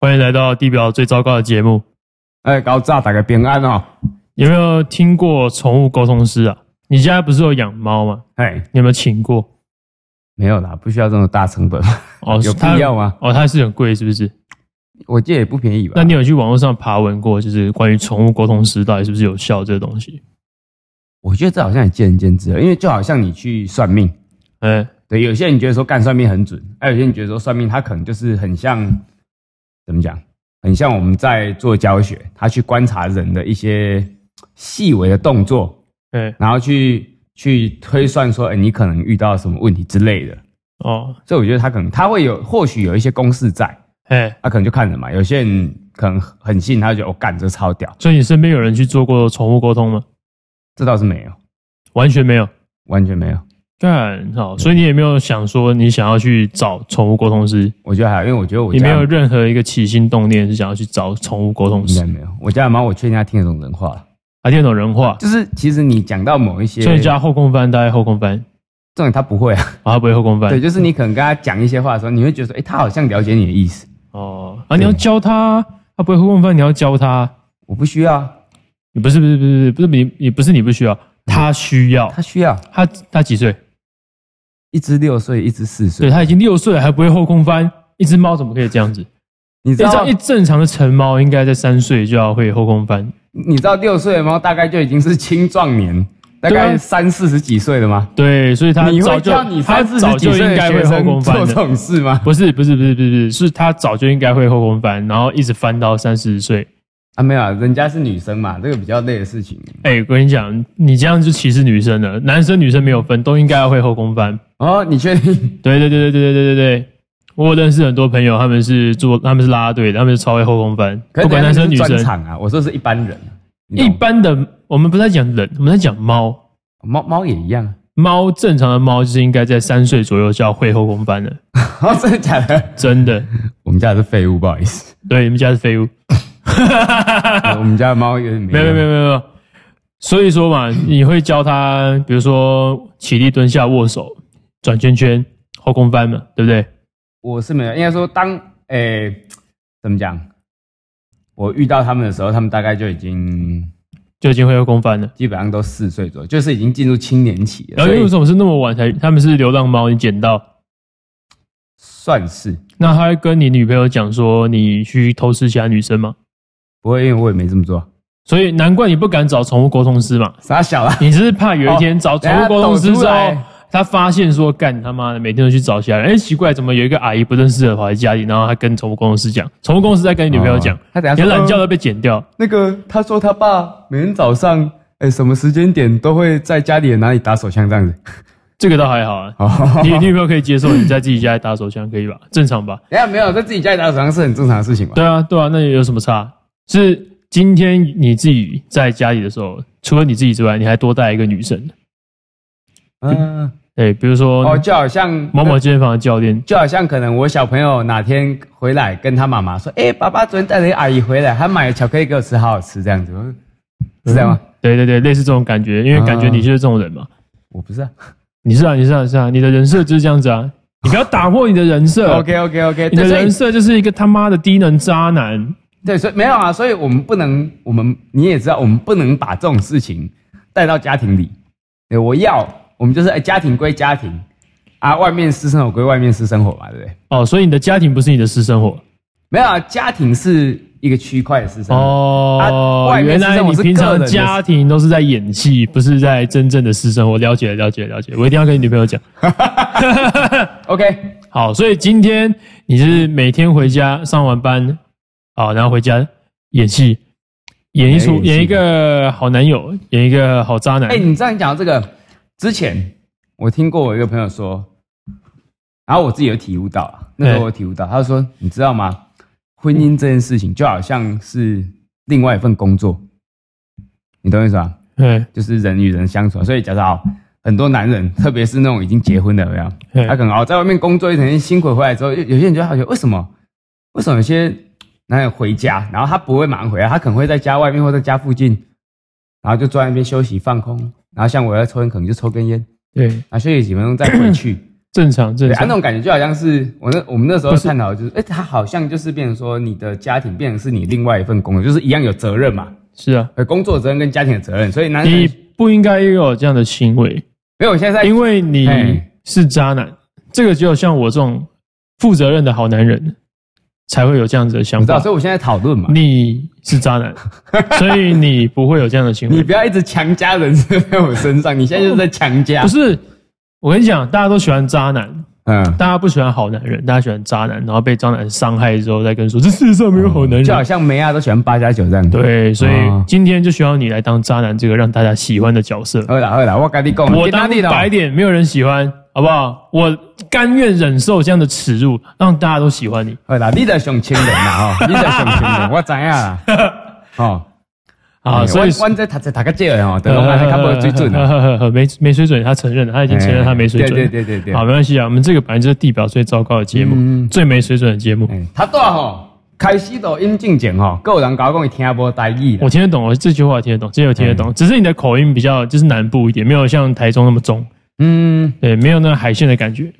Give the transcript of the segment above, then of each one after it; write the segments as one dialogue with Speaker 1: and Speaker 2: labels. Speaker 1: 欢迎来到地表最糟糕的节目。
Speaker 2: 哎，高炸打个平安哦。
Speaker 1: 有没有听过宠物沟通师啊？你家不是有养猫吗？
Speaker 2: 哎，
Speaker 1: 你有没有请过？
Speaker 2: 没有啦，不需要这么大成本，
Speaker 1: 哦，
Speaker 2: 有
Speaker 1: 是它
Speaker 2: 必要啊吗？
Speaker 1: 哦，它是很贵，是不是？
Speaker 2: 我记得也不便宜吧。
Speaker 1: 那你有去网络上爬文过，就是关于宠物沟通师到底是不是有效这个东西？
Speaker 2: 我觉得这好像也见仁见智了，啊因为就好像你去算命，
Speaker 1: 哎、
Speaker 2: 对，有些人觉得说干算命很准，还有些人觉得说算命他可能就是很像，怎么讲，很像我们在做教学，他去观察人的一些细微的动作，
Speaker 1: 哎、
Speaker 2: 然后去去推算说，哎，你可能遇到什么问题之类的。
Speaker 1: 哦，
Speaker 2: 所以我觉得他可能他会有或许有一些公式在，
Speaker 1: 哎、
Speaker 2: 他啊可能就看人嘛。有些人可能很信，他就觉得我哦干、这超屌，
Speaker 1: 所以你身边有人去做过宠物沟通吗？
Speaker 2: 这倒是没有，
Speaker 1: 完全没有。
Speaker 2: 完全没有。
Speaker 1: 干好，所以你也没有想说你想要去找宠物沟通师，
Speaker 2: 我觉得还好，因为我觉得我
Speaker 1: 你没
Speaker 2: 家
Speaker 1: 有任何一个起心动念是想要去找宠物沟通
Speaker 2: 应
Speaker 1: 师
Speaker 2: 该，没有，我家的猫我确定它听得懂人话。
Speaker 1: 还听得懂人话，
Speaker 2: 就是其实你讲到某一些，
Speaker 1: 所以加后空翻，大概后空翻，
Speaker 2: 重点他不会啊，
Speaker 1: 啊，他不会后空
Speaker 2: 对，
Speaker 1: 翻。
Speaker 2: 就是你可能跟他讲一些话的时候，你会觉得说，哎、他好像了解你的意思，
Speaker 1: 哦，啊，你要教他，他不会后空翻，你要教他。
Speaker 2: 我不需要，啊
Speaker 1: 你不是不是不是不是你你不是你不需要，他需要。
Speaker 2: 他需要
Speaker 1: 他他几岁？
Speaker 2: 一只六岁，一只四
Speaker 1: 对
Speaker 2: 岁，
Speaker 1: 他已经六岁了，还不会后空翻。一只猫怎么可以这样子？
Speaker 2: 你
Speaker 1: 一
Speaker 2: 知道
Speaker 1: 只一，正常的成猫应该在三岁就要会后空翻。
Speaker 2: 你知道六岁的猫大概就已经是青壮年，大
Speaker 1: 对啊
Speaker 2: 概三四十几岁了吗？
Speaker 1: 对，所以他
Speaker 2: 你
Speaker 1: 早
Speaker 2: 会
Speaker 1: 就
Speaker 2: 叫你
Speaker 1: 他
Speaker 2: 三四
Speaker 1: 早
Speaker 2: 十几
Speaker 1: 就
Speaker 2: 岁
Speaker 1: 应
Speaker 2: 的
Speaker 1: 该会
Speaker 2: 学
Speaker 1: 后
Speaker 2: 生
Speaker 1: 空
Speaker 2: 做
Speaker 1: 翻
Speaker 2: 这
Speaker 1: 的。
Speaker 2: 种事吗？
Speaker 1: 不是不是不是不是不是，是他早就应该会后空翻，然后一直翻到三四十岁。
Speaker 2: 啊，没有啊，人家是女生嘛，这个比较累的事情
Speaker 1: 哎、我跟你讲，你这样就歧视女生了，男生女生没有分，都应该要会后空翻。
Speaker 2: 哦。你 确定？
Speaker 1: 对对对对对对对对对，我有认识很多朋友，他们是做他们是啦啦队的，他们是超会后空翻，
Speaker 2: 可
Speaker 1: 不
Speaker 2: 是
Speaker 1: 管男生女
Speaker 2: 专
Speaker 1: 生。
Speaker 2: 场啊，我说是一般人，
Speaker 1: 一
Speaker 2: 你懂吗
Speaker 1: 般的我们不在讲人，我们在讲猫。
Speaker 2: 猫猫也一样 啊。
Speaker 1: 猫正常的猫就是应该在三岁左右就要会后空翻的，
Speaker 2: 哦，真的假的？
Speaker 1: 真 的。
Speaker 2: 我们家的是废物，不好意思。
Speaker 1: 对，你们家是废物。
Speaker 2: 我们家的猫有点没
Speaker 1: 没有没有没有没有。所以说嘛，你会教他，比如说起立、蹲下、握手、转圈圈、后空翻嘛，对不对？
Speaker 2: 我是没有，应该说当诶、怎么讲？我遇到他们的时候，他们大概就已经
Speaker 1: 就已经会后空翻了。
Speaker 2: 基本上都四岁左右，就是已经进入青年期了，
Speaker 1: 然后
Speaker 2: 所
Speaker 1: 为
Speaker 2: 以
Speaker 1: 什么是那么晚才？他们是流浪猫，你捡到，
Speaker 2: 算是
Speaker 1: 那他会跟你女朋友讲说你去偷吃其他女生吗？
Speaker 2: 不会，因为我也没这么做，
Speaker 1: 所以难怪你不敢找宠物沟通师嘛，
Speaker 2: 傻小啊啦。
Speaker 1: 你是怕有一天找宠物沟通师之
Speaker 2: 哦等下
Speaker 1: 后
Speaker 2: 抖出来，
Speaker 1: 他发现说干他妈的每天都去找其他人，哎、奇怪，怎么有一个阿姨不认识的跑来家里，然后他跟宠物沟通师讲，宠物沟通师在跟你女朋友讲
Speaker 2: 哦，他等下
Speaker 1: 你的
Speaker 2: 说
Speaker 1: 懒觉都被剪掉，
Speaker 2: 那个他说他爸每天早上诶、什么时间点都会在家里的哪里打手枪这样子。
Speaker 1: 这个倒还好啊。
Speaker 2: 哦，
Speaker 1: 你女朋友可以接受你在自己家里打手枪，可以吧？正常吧？
Speaker 2: 等一下没有在自己家里打手枪是很正常的事情吧？
Speaker 1: 对啊，对啊，那有什么差？是今天你自己在家里的时候，除了你自己之外，你还多带一个女生，
Speaker 2: 嗯，
Speaker 1: 哎、比如说
Speaker 2: 哦，就好像
Speaker 1: 某某健身房的教练，
Speaker 2: 就好像可能我小朋友哪天回来跟他妈妈说：“哎、爸爸昨天带了一个阿姨回来，她买了巧克力给我吃，好好吃。”这样子，是这样吗？
Speaker 1: 对对对，类似这种感觉，因为感觉
Speaker 2: 啊
Speaker 1: 你就是这种人嘛。
Speaker 2: 我不 是、啊。
Speaker 1: 你是啊，你是啊，是啊，你的人设就是这样子啊，你不要打破你的人设。
Speaker 2: OK OK OK，
Speaker 1: 你的
Speaker 2: 对，所
Speaker 1: 人
Speaker 2: 以
Speaker 1: 设就是一个他妈的低能渣男。
Speaker 2: 对，所以没有啊，所以我们不能，我们你也知道，我们不能把这种事情带到家庭里。对，我要，我们就是哎、家庭归家庭啊，外面私生活归外面私生活嘛，对不对？
Speaker 1: 哦，所以你的家庭不是你的私生活
Speaker 2: 没有啊，家庭是一个区块的私生活。
Speaker 1: 哦
Speaker 2: 啊。外
Speaker 1: 原
Speaker 2: 面私
Speaker 1: 来
Speaker 2: 生活
Speaker 1: 你
Speaker 2: 是
Speaker 1: 平
Speaker 2: 个
Speaker 1: 常
Speaker 2: 人的
Speaker 1: 家庭都是在演戏，不是在真正的私生活。了解了，了解，了解。我一定要跟你女朋友讲。
Speaker 2: OK，
Speaker 1: 好，所以今天你是每天回家上完班，好，然后回家演戏，演一出
Speaker 2: 没哎演戏
Speaker 1: 演一个好男友，演一个好渣男。
Speaker 2: 哎、你这样讲到这个之前，我听过我一个朋友说，然后我自己有体悟到啊，那时候我有体悟到，他就说你知道吗？婚姻这件事情就好像是另外一份工作，你懂我意思吧？
Speaker 1: 哎
Speaker 2: 就是人与人相处，啊所以假设好，很多男人， 特别是那种已经结婚的，有没有？
Speaker 1: 哎
Speaker 2: 他可能哦，在外面工作一整辛苦回来之后，有有些人就好奇为什么？为什么有些男人回家，然后他不会马上回来，他可能会在家外面或在家附近，然后就坐在那边休息放空。然后像我在抽烟，可能就抽根烟，
Speaker 1: 对，
Speaker 2: 然后休息几分钟再回去。
Speaker 1: 正常正
Speaker 2: 对，啊，那
Speaker 1: 常，
Speaker 2: 种感觉就好像是我那我们那时候
Speaker 1: 嗯不是
Speaker 2: 探讨，就是哎、他好像就是变成说你的家庭变成是你另外一份工作，就是一样有责任嘛，
Speaker 1: 是啊，
Speaker 2: 呃，工作责任跟家庭的责任，所以男生
Speaker 1: 你不应该有这样的行为，
Speaker 2: 没有，我现在在
Speaker 1: 因为你
Speaker 2: 哎
Speaker 1: 是渣男。这个只有像我这种负责任的好男人才会有这样子的
Speaker 2: 我
Speaker 1: 想
Speaker 2: 知道，
Speaker 1: 法。
Speaker 2: 所以我现在讨论嘛，
Speaker 1: 你是渣 男，所以你不会有这样的行
Speaker 2: 你
Speaker 1: 为。
Speaker 2: 不要一直强加人设在我身上，你现在就是在强加
Speaker 1: 不，是，我跟你讲，大家都喜欢渣男，
Speaker 2: 嗯，
Speaker 1: 大家不喜欢好男人，大家喜欢渣男，然后被渣男伤害之后再跟你说这世界上没有好男
Speaker 2: 就好
Speaker 1: 人。
Speaker 2: 像梅亚都喜欢八加九这样，，
Speaker 1: 对，所以
Speaker 2: 哦
Speaker 1: 今天就需要你来当渣男这个让大家喜欢的角色。
Speaker 2: 二啦二啦，我跟你讲，
Speaker 1: 我
Speaker 2: 你哪
Speaker 1: 当
Speaker 2: 里啦
Speaker 1: 白点，没有人喜欢，好不好？我甘愿忍受这样的耻辱，让大家都喜欢你。
Speaker 2: 好啦，你的上亲人啦吼，你的上亲人，我知影啦。哦，
Speaker 1: 啊，
Speaker 2: 哎
Speaker 1: 所以
Speaker 2: 我我这读册读个这个吼，对我还较无水准啊。
Speaker 1: 啊，没没水准，他承认了，他已经承认他没水准了。
Speaker 2: 对对对对对
Speaker 1: 好，没关系啊，我们这个本来就是地表最糟糕的节目，
Speaker 2: 嗯
Speaker 1: 最没水准的节目。
Speaker 2: 哎他大吼，开始到因进前吼，还有人甲我讲伊听无台语啦
Speaker 1: 我。听得懂，我这句话听得懂，这句我听得
Speaker 2: 嗯
Speaker 1: 懂，只是你的口音比较就是南部一点，没有像台中那么重，
Speaker 2: 嗯，
Speaker 1: 对，没有那个海鲜的感觉。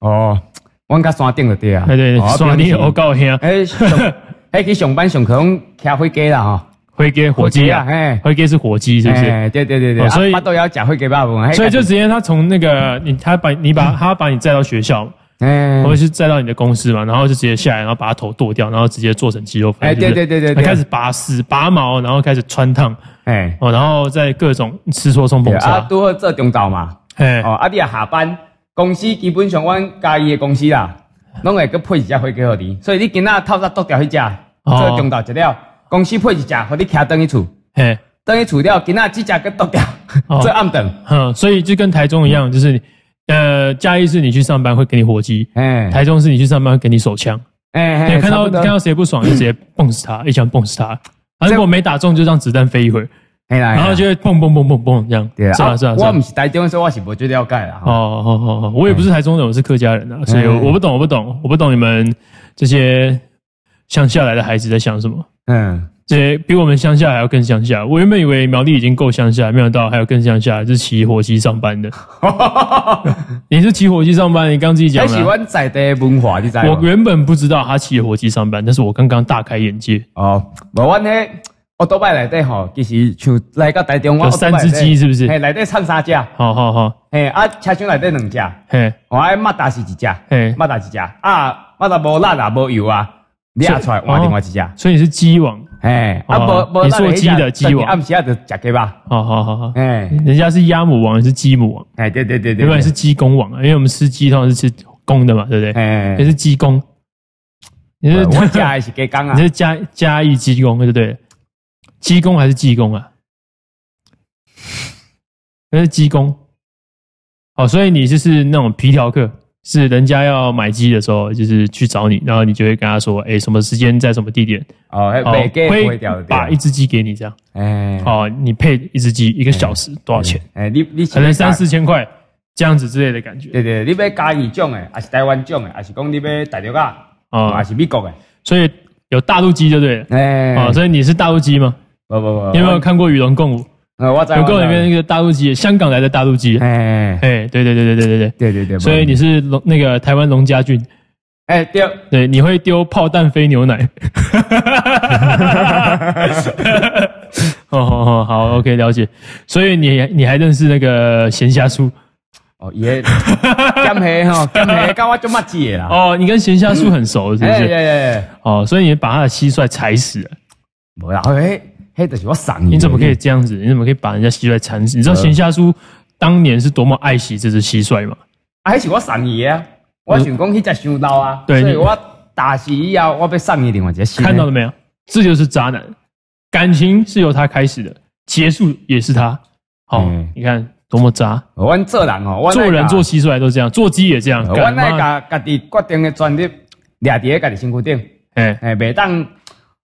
Speaker 2: 哦，我甲山顶就对啊。
Speaker 1: 对对
Speaker 2: 哦
Speaker 1: 对，刷你啊欧。告兄，
Speaker 2: 哎，上 哎去上班上课拢骑火鸡啦吼，
Speaker 1: 回给火鸡啊，
Speaker 2: 哎，
Speaker 1: 回给是火鸡是不是？
Speaker 2: 哎对对对对，
Speaker 1: 哦所以
Speaker 2: 啊巴肚枵食火鸡肉饭，嘿
Speaker 1: 所以就直接他从那个你他把你把他把你载到学校，
Speaker 2: 哎
Speaker 1: 或者是载到你的公司嘛，然后就直接下来，然后把他头剁掉，然后直接做成鸡肉饭。
Speaker 2: 哎，
Speaker 1: 是不是
Speaker 2: 对对对对
Speaker 1: 他
Speaker 2: 对，
Speaker 1: 开始拔丝、拔毛，然后开始穿烫
Speaker 2: 哎，
Speaker 1: 哦，然后再各种吃错送
Speaker 2: 对
Speaker 1: 捧茶，
Speaker 2: 啊，拄好做中昼嘛。
Speaker 1: 哎、
Speaker 2: 哦，啊，你啊下班，公司基本上阮家己的公司啦，拢会去配一只火鸡互你，所以你今仔透早剁掉迄只，
Speaker 1: 哦
Speaker 2: 做中昼食了，公司配一只，互你徛倒去厝，
Speaker 1: 哎，
Speaker 2: 倒去厝了，今仔即只佮剁掉
Speaker 1: 哦，
Speaker 2: 做暗顿，
Speaker 1: 哼、所以就跟台中一样，就是你呃，嘉义是你去上班会给你火鸡，
Speaker 2: 哎
Speaker 1: 台中是你去上班会给你手枪，
Speaker 2: 哎
Speaker 1: 对，
Speaker 2: 哎，
Speaker 1: 看
Speaker 2: 差
Speaker 1: 到
Speaker 2: 不多
Speaker 1: 看到谁不爽就直接蹦死他，一枪蹦死他。啊、
Speaker 2: 这
Speaker 1: 如果没打中，就让子弹飞一会儿，
Speaker 2: 嘿啦，嘿啦
Speaker 1: 然后就会蹦蹦蹦蹦蹦这样。
Speaker 2: 对啦，
Speaker 1: 是啊是啊是
Speaker 2: 我
Speaker 1: 啊
Speaker 2: 毋。是台中，所以我是无最了解啦，
Speaker 1: 哦
Speaker 2: 吼，
Speaker 1: 哦哦哦，我也不是台中人，我是客家人啊，所以
Speaker 2: 嗯
Speaker 1: 我我不懂，我不懂，我不懂你们这些乡下来的孩子在想什么。
Speaker 2: 嗯，
Speaker 1: 这些比我们乡下还要更乡下。我原本以为苗栗已经够乡下，没想到还有更乡下，是骑火机上 班的。你是骑火机上班？你刚自己讲
Speaker 2: 还是
Speaker 1: 了啊。
Speaker 2: 阮在地的文化，你知
Speaker 1: 我
Speaker 2: 无？
Speaker 1: 原本不知道他骑火机上班，但是我刚刚大开眼界。
Speaker 2: 哦，无阮迄我多拜内底吼，其实像来到台中，我
Speaker 1: 有三只鸡是不是
Speaker 2: 嘿，内底产三只，
Speaker 1: 好好好，
Speaker 2: 嘿，啊，车厢内底两只。
Speaker 1: 嘿，
Speaker 2: 我爱马达是一只，
Speaker 1: 嘿，
Speaker 2: 马达一只啊，马达无辣啊，无油啊，你也出来换另外一只，
Speaker 1: 所以你是鸡王。
Speaker 2: 哎，啊
Speaker 1: 哦
Speaker 2: 无无
Speaker 1: 你是我鸡的鸡王
Speaker 2: 暗时啊就食鸡吧，
Speaker 1: 好好好好，
Speaker 2: 哎
Speaker 1: 人家是鸭母王，你是鸡母王，
Speaker 2: 哎对对对对，
Speaker 1: 原本是鸡公王啊，因为我们吃鸡通常是吃公的嘛，对不对？
Speaker 2: 哎
Speaker 1: 也，是鸡公，你是
Speaker 2: 我食的是鸡公啊
Speaker 1: 你，是嘉嘉义鸡公对不对？鸡公还是鸡公啊？那是鸡公。哦，所以你就是那种皮条客，是人家要买鸡的时候，就是去找你，然后你就会跟他说，哎、什么时间在什么地点，
Speaker 2: 哦，
Speaker 1: 哦，
Speaker 2: 袂鸡不会掉的
Speaker 1: 把一
Speaker 2: 对，
Speaker 1: 只鸡给你这样。
Speaker 2: 哎，
Speaker 1: 哦，你配一只鸡一个小时多少钱？
Speaker 2: 哎，你你
Speaker 1: 可能三，四千块这样子之类的感觉。
Speaker 2: 对对，你要嘉义种的，还是台湾种的，还是讲你要大陆啊，
Speaker 1: 哦
Speaker 2: 还，是美国的，
Speaker 1: 所以有大陆鸡就对了。
Speaker 2: 哎，
Speaker 1: 哦，所以你是大陆鸡吗？
Speaker 2: 不不不，
Speaker 1: 你有没有看过《与龙共舞》？
Speaker 2: 呃？哦我在
Speaker 1: 有够里面那个大陆鸡，香港来的大陆鸡。
Speaker 2: 哎，
Speaker 1: 哎，对对对对对对对，
Speaker 2: 对对对，
Speaker 1: 所以你是龙那个台湾龙家俊，
Speaker 2: 哎对，
Speaker 1: 对，你会丢炮弹飞牛奶。哦哦哦，好，OK，了解。所以你你还认识那个闲暇叔？
Speaker 2: 哦 也，减黑吼，减黑，跟我做乜子的啦？
Speaker 1: 哦，你跟闲暇叔很熟是不
Speaker 2: 啊哎
Speaker 1: 是？
Speaker 2: 呀呀，
Speaker 1: 哦，所以你把他的蟋蟀踩死了。
Speaker 2: 无啦，迄迄就是我送
Speaker 1: 你怎么可以这样子？你怎么可以把人家蟋蟀踩死？你知
Speaker 2: 嗯
Speaker 1: 道闲暇叔当年是多么爱惜这只蟋蟀吗？
Speaker 2: 啊，迄是我送伊啊！我想讲迄只伤老啊，
Speaker 1: 嗯对
Speaker 2: 所
Speaker 1: 你
Speaker 2: 以我打死以后，我要送伊另外一只新的。
Speaker 1: 看到了没有？这就是渣男，感情是由他开始的，结束也是他。好、
Speaker 2: 嗯
Speaker 1: 你看多么渣，
Speaker 2: 哦，阮做人哦，我
Speaker 1: 做人做
Speaker 2: 事，
Speaker 1: 蟋蟀都这样，做鸡也这样。
Speaker 2: 我
Speaker 1: 干
Speaker 2: 爱
Speaker 1: 妈，
Speaker 2: 家家己决定的专利，掠伫咧家己身躯顶，
Speaker 1: 哎
Speaker 2: 哎，袂当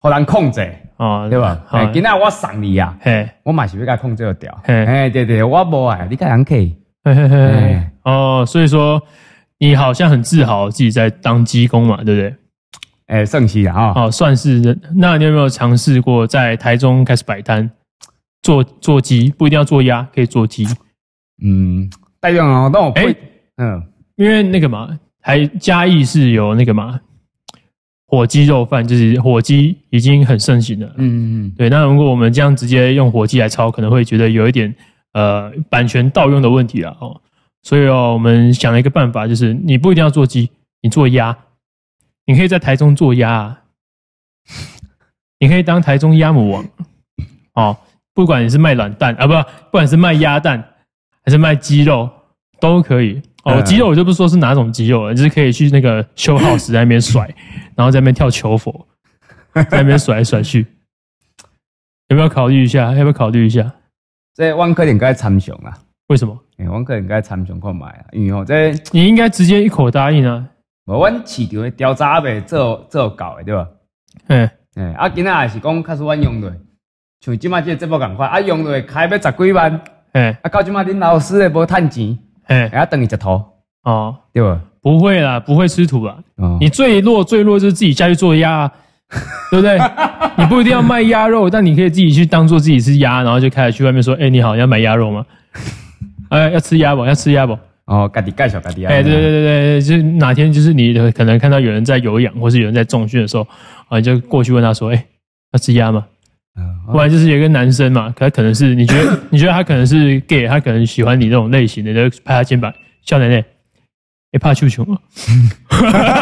Speaker 2: 互人控制，
Speaker 1: 哦，
Speaker 2: 对吧？
Speaker 1: 好
Speaker 2: 哎，，今仔我送你啊，
Speaker 1: 哎
Speaker 2: 我嘛是要甲控制掉。
Speaker 1: 嘿
Speaker 2: 哎，对对，我无啊，你甲人客，
Speaker 1: 嘿嘿嘿
Speaker 2: 哎，
Speaker 1: 哦，所以说你好像很自豪自己在当鸡公嘛，对不对？
Speaker 2: 哎，算是啦吼。
Speaker 1: 哦，算是。那你有没有尝试过在台中开始摆摊，做做鸡？不一定要做鸭，可以做鸡。
Speaker 2: 嗯，大勇哦，那我
Speaker 1: 哎、
Speaker 2: 配，嗯，
Speaker 1: 因为那个嘛，还嘉义是有那个嘛，火鸡肉饭，就是火鸡已经很盛行了。
Speaker 2: 嗯嗯
Speaker 1: 对，那如果我们这样直接用火鸡来抄，可能会觉得有一点呃版权盗用的问题了哦。所以哦，我们想了一个办法，就是你不一定要做鸡，你做鸭，你可以在台中做鸭、啊，你可以当台中鸭母王哦。不管你是卖卵蛋啊，不，不管是卖鸭蛋还是卖鸡肉，都可以哦。
Speaker 2: 嗯
Speaker 1: 鸡肉我就不说是哪种鸡肉了，就是可以去那个修好时在那边甩，然后在那边跳求佛，在那边甩来甩去。要不要考虑一下？要不要考虑一下？
Speaker 2: 这万科点该参详啦，哎
Speaker 1: 为什么？
Speaker 2: 诶、万科点该参详看买啊，因为吼这
Speaker 1: 你应该直接一口答应啊！
Speaker 2: 无阮市场的调查呗，做做搞的对吧？
Speaker 1: 哎，
Speaker 2: 诶、啊，今仔也是讲，确实阮用落，像即摆即个节目共款，啊用落开要十几万，
Speaker 1: 哎，
Speaker 2: 啊到即摆恁老师也无趁钱，
Speaker 1: 哎，
Speaker 2: 啊等伊食土，
Speaker 1: 哦，
Speaker 2: 对无？
Speaker 1: 不会啦，不会吃土啦。啊
Speaker 2: 哦
Speaker 1: 你最弱最弱就是自己下去做鸭、啊， 对不对？你不一定要卖鸭肉，但你可以自己去当做自己是鸭，然后就开始去外面说：“哎、你好，要买鸭肉吗？ 哎，要吃鸭不？要吃鸭不？
Speaker 2: 哦，家己介绍家己啊。
Speaker 1: 哎，对对对对，就是哪天就是你可能看到有人在有氧或是有人在重训的时候，啊，你就过去问他说：“哎，要吃鸭吗？”不
Speaker 2: 哦，
Speaker 1: 然就是有一个男生嘛，他可能是你觉 得你觉得他可能是 gay，他可能喜欢你那种类型的，你就拍他肩膀，笑奶奶，你、怕球球吗？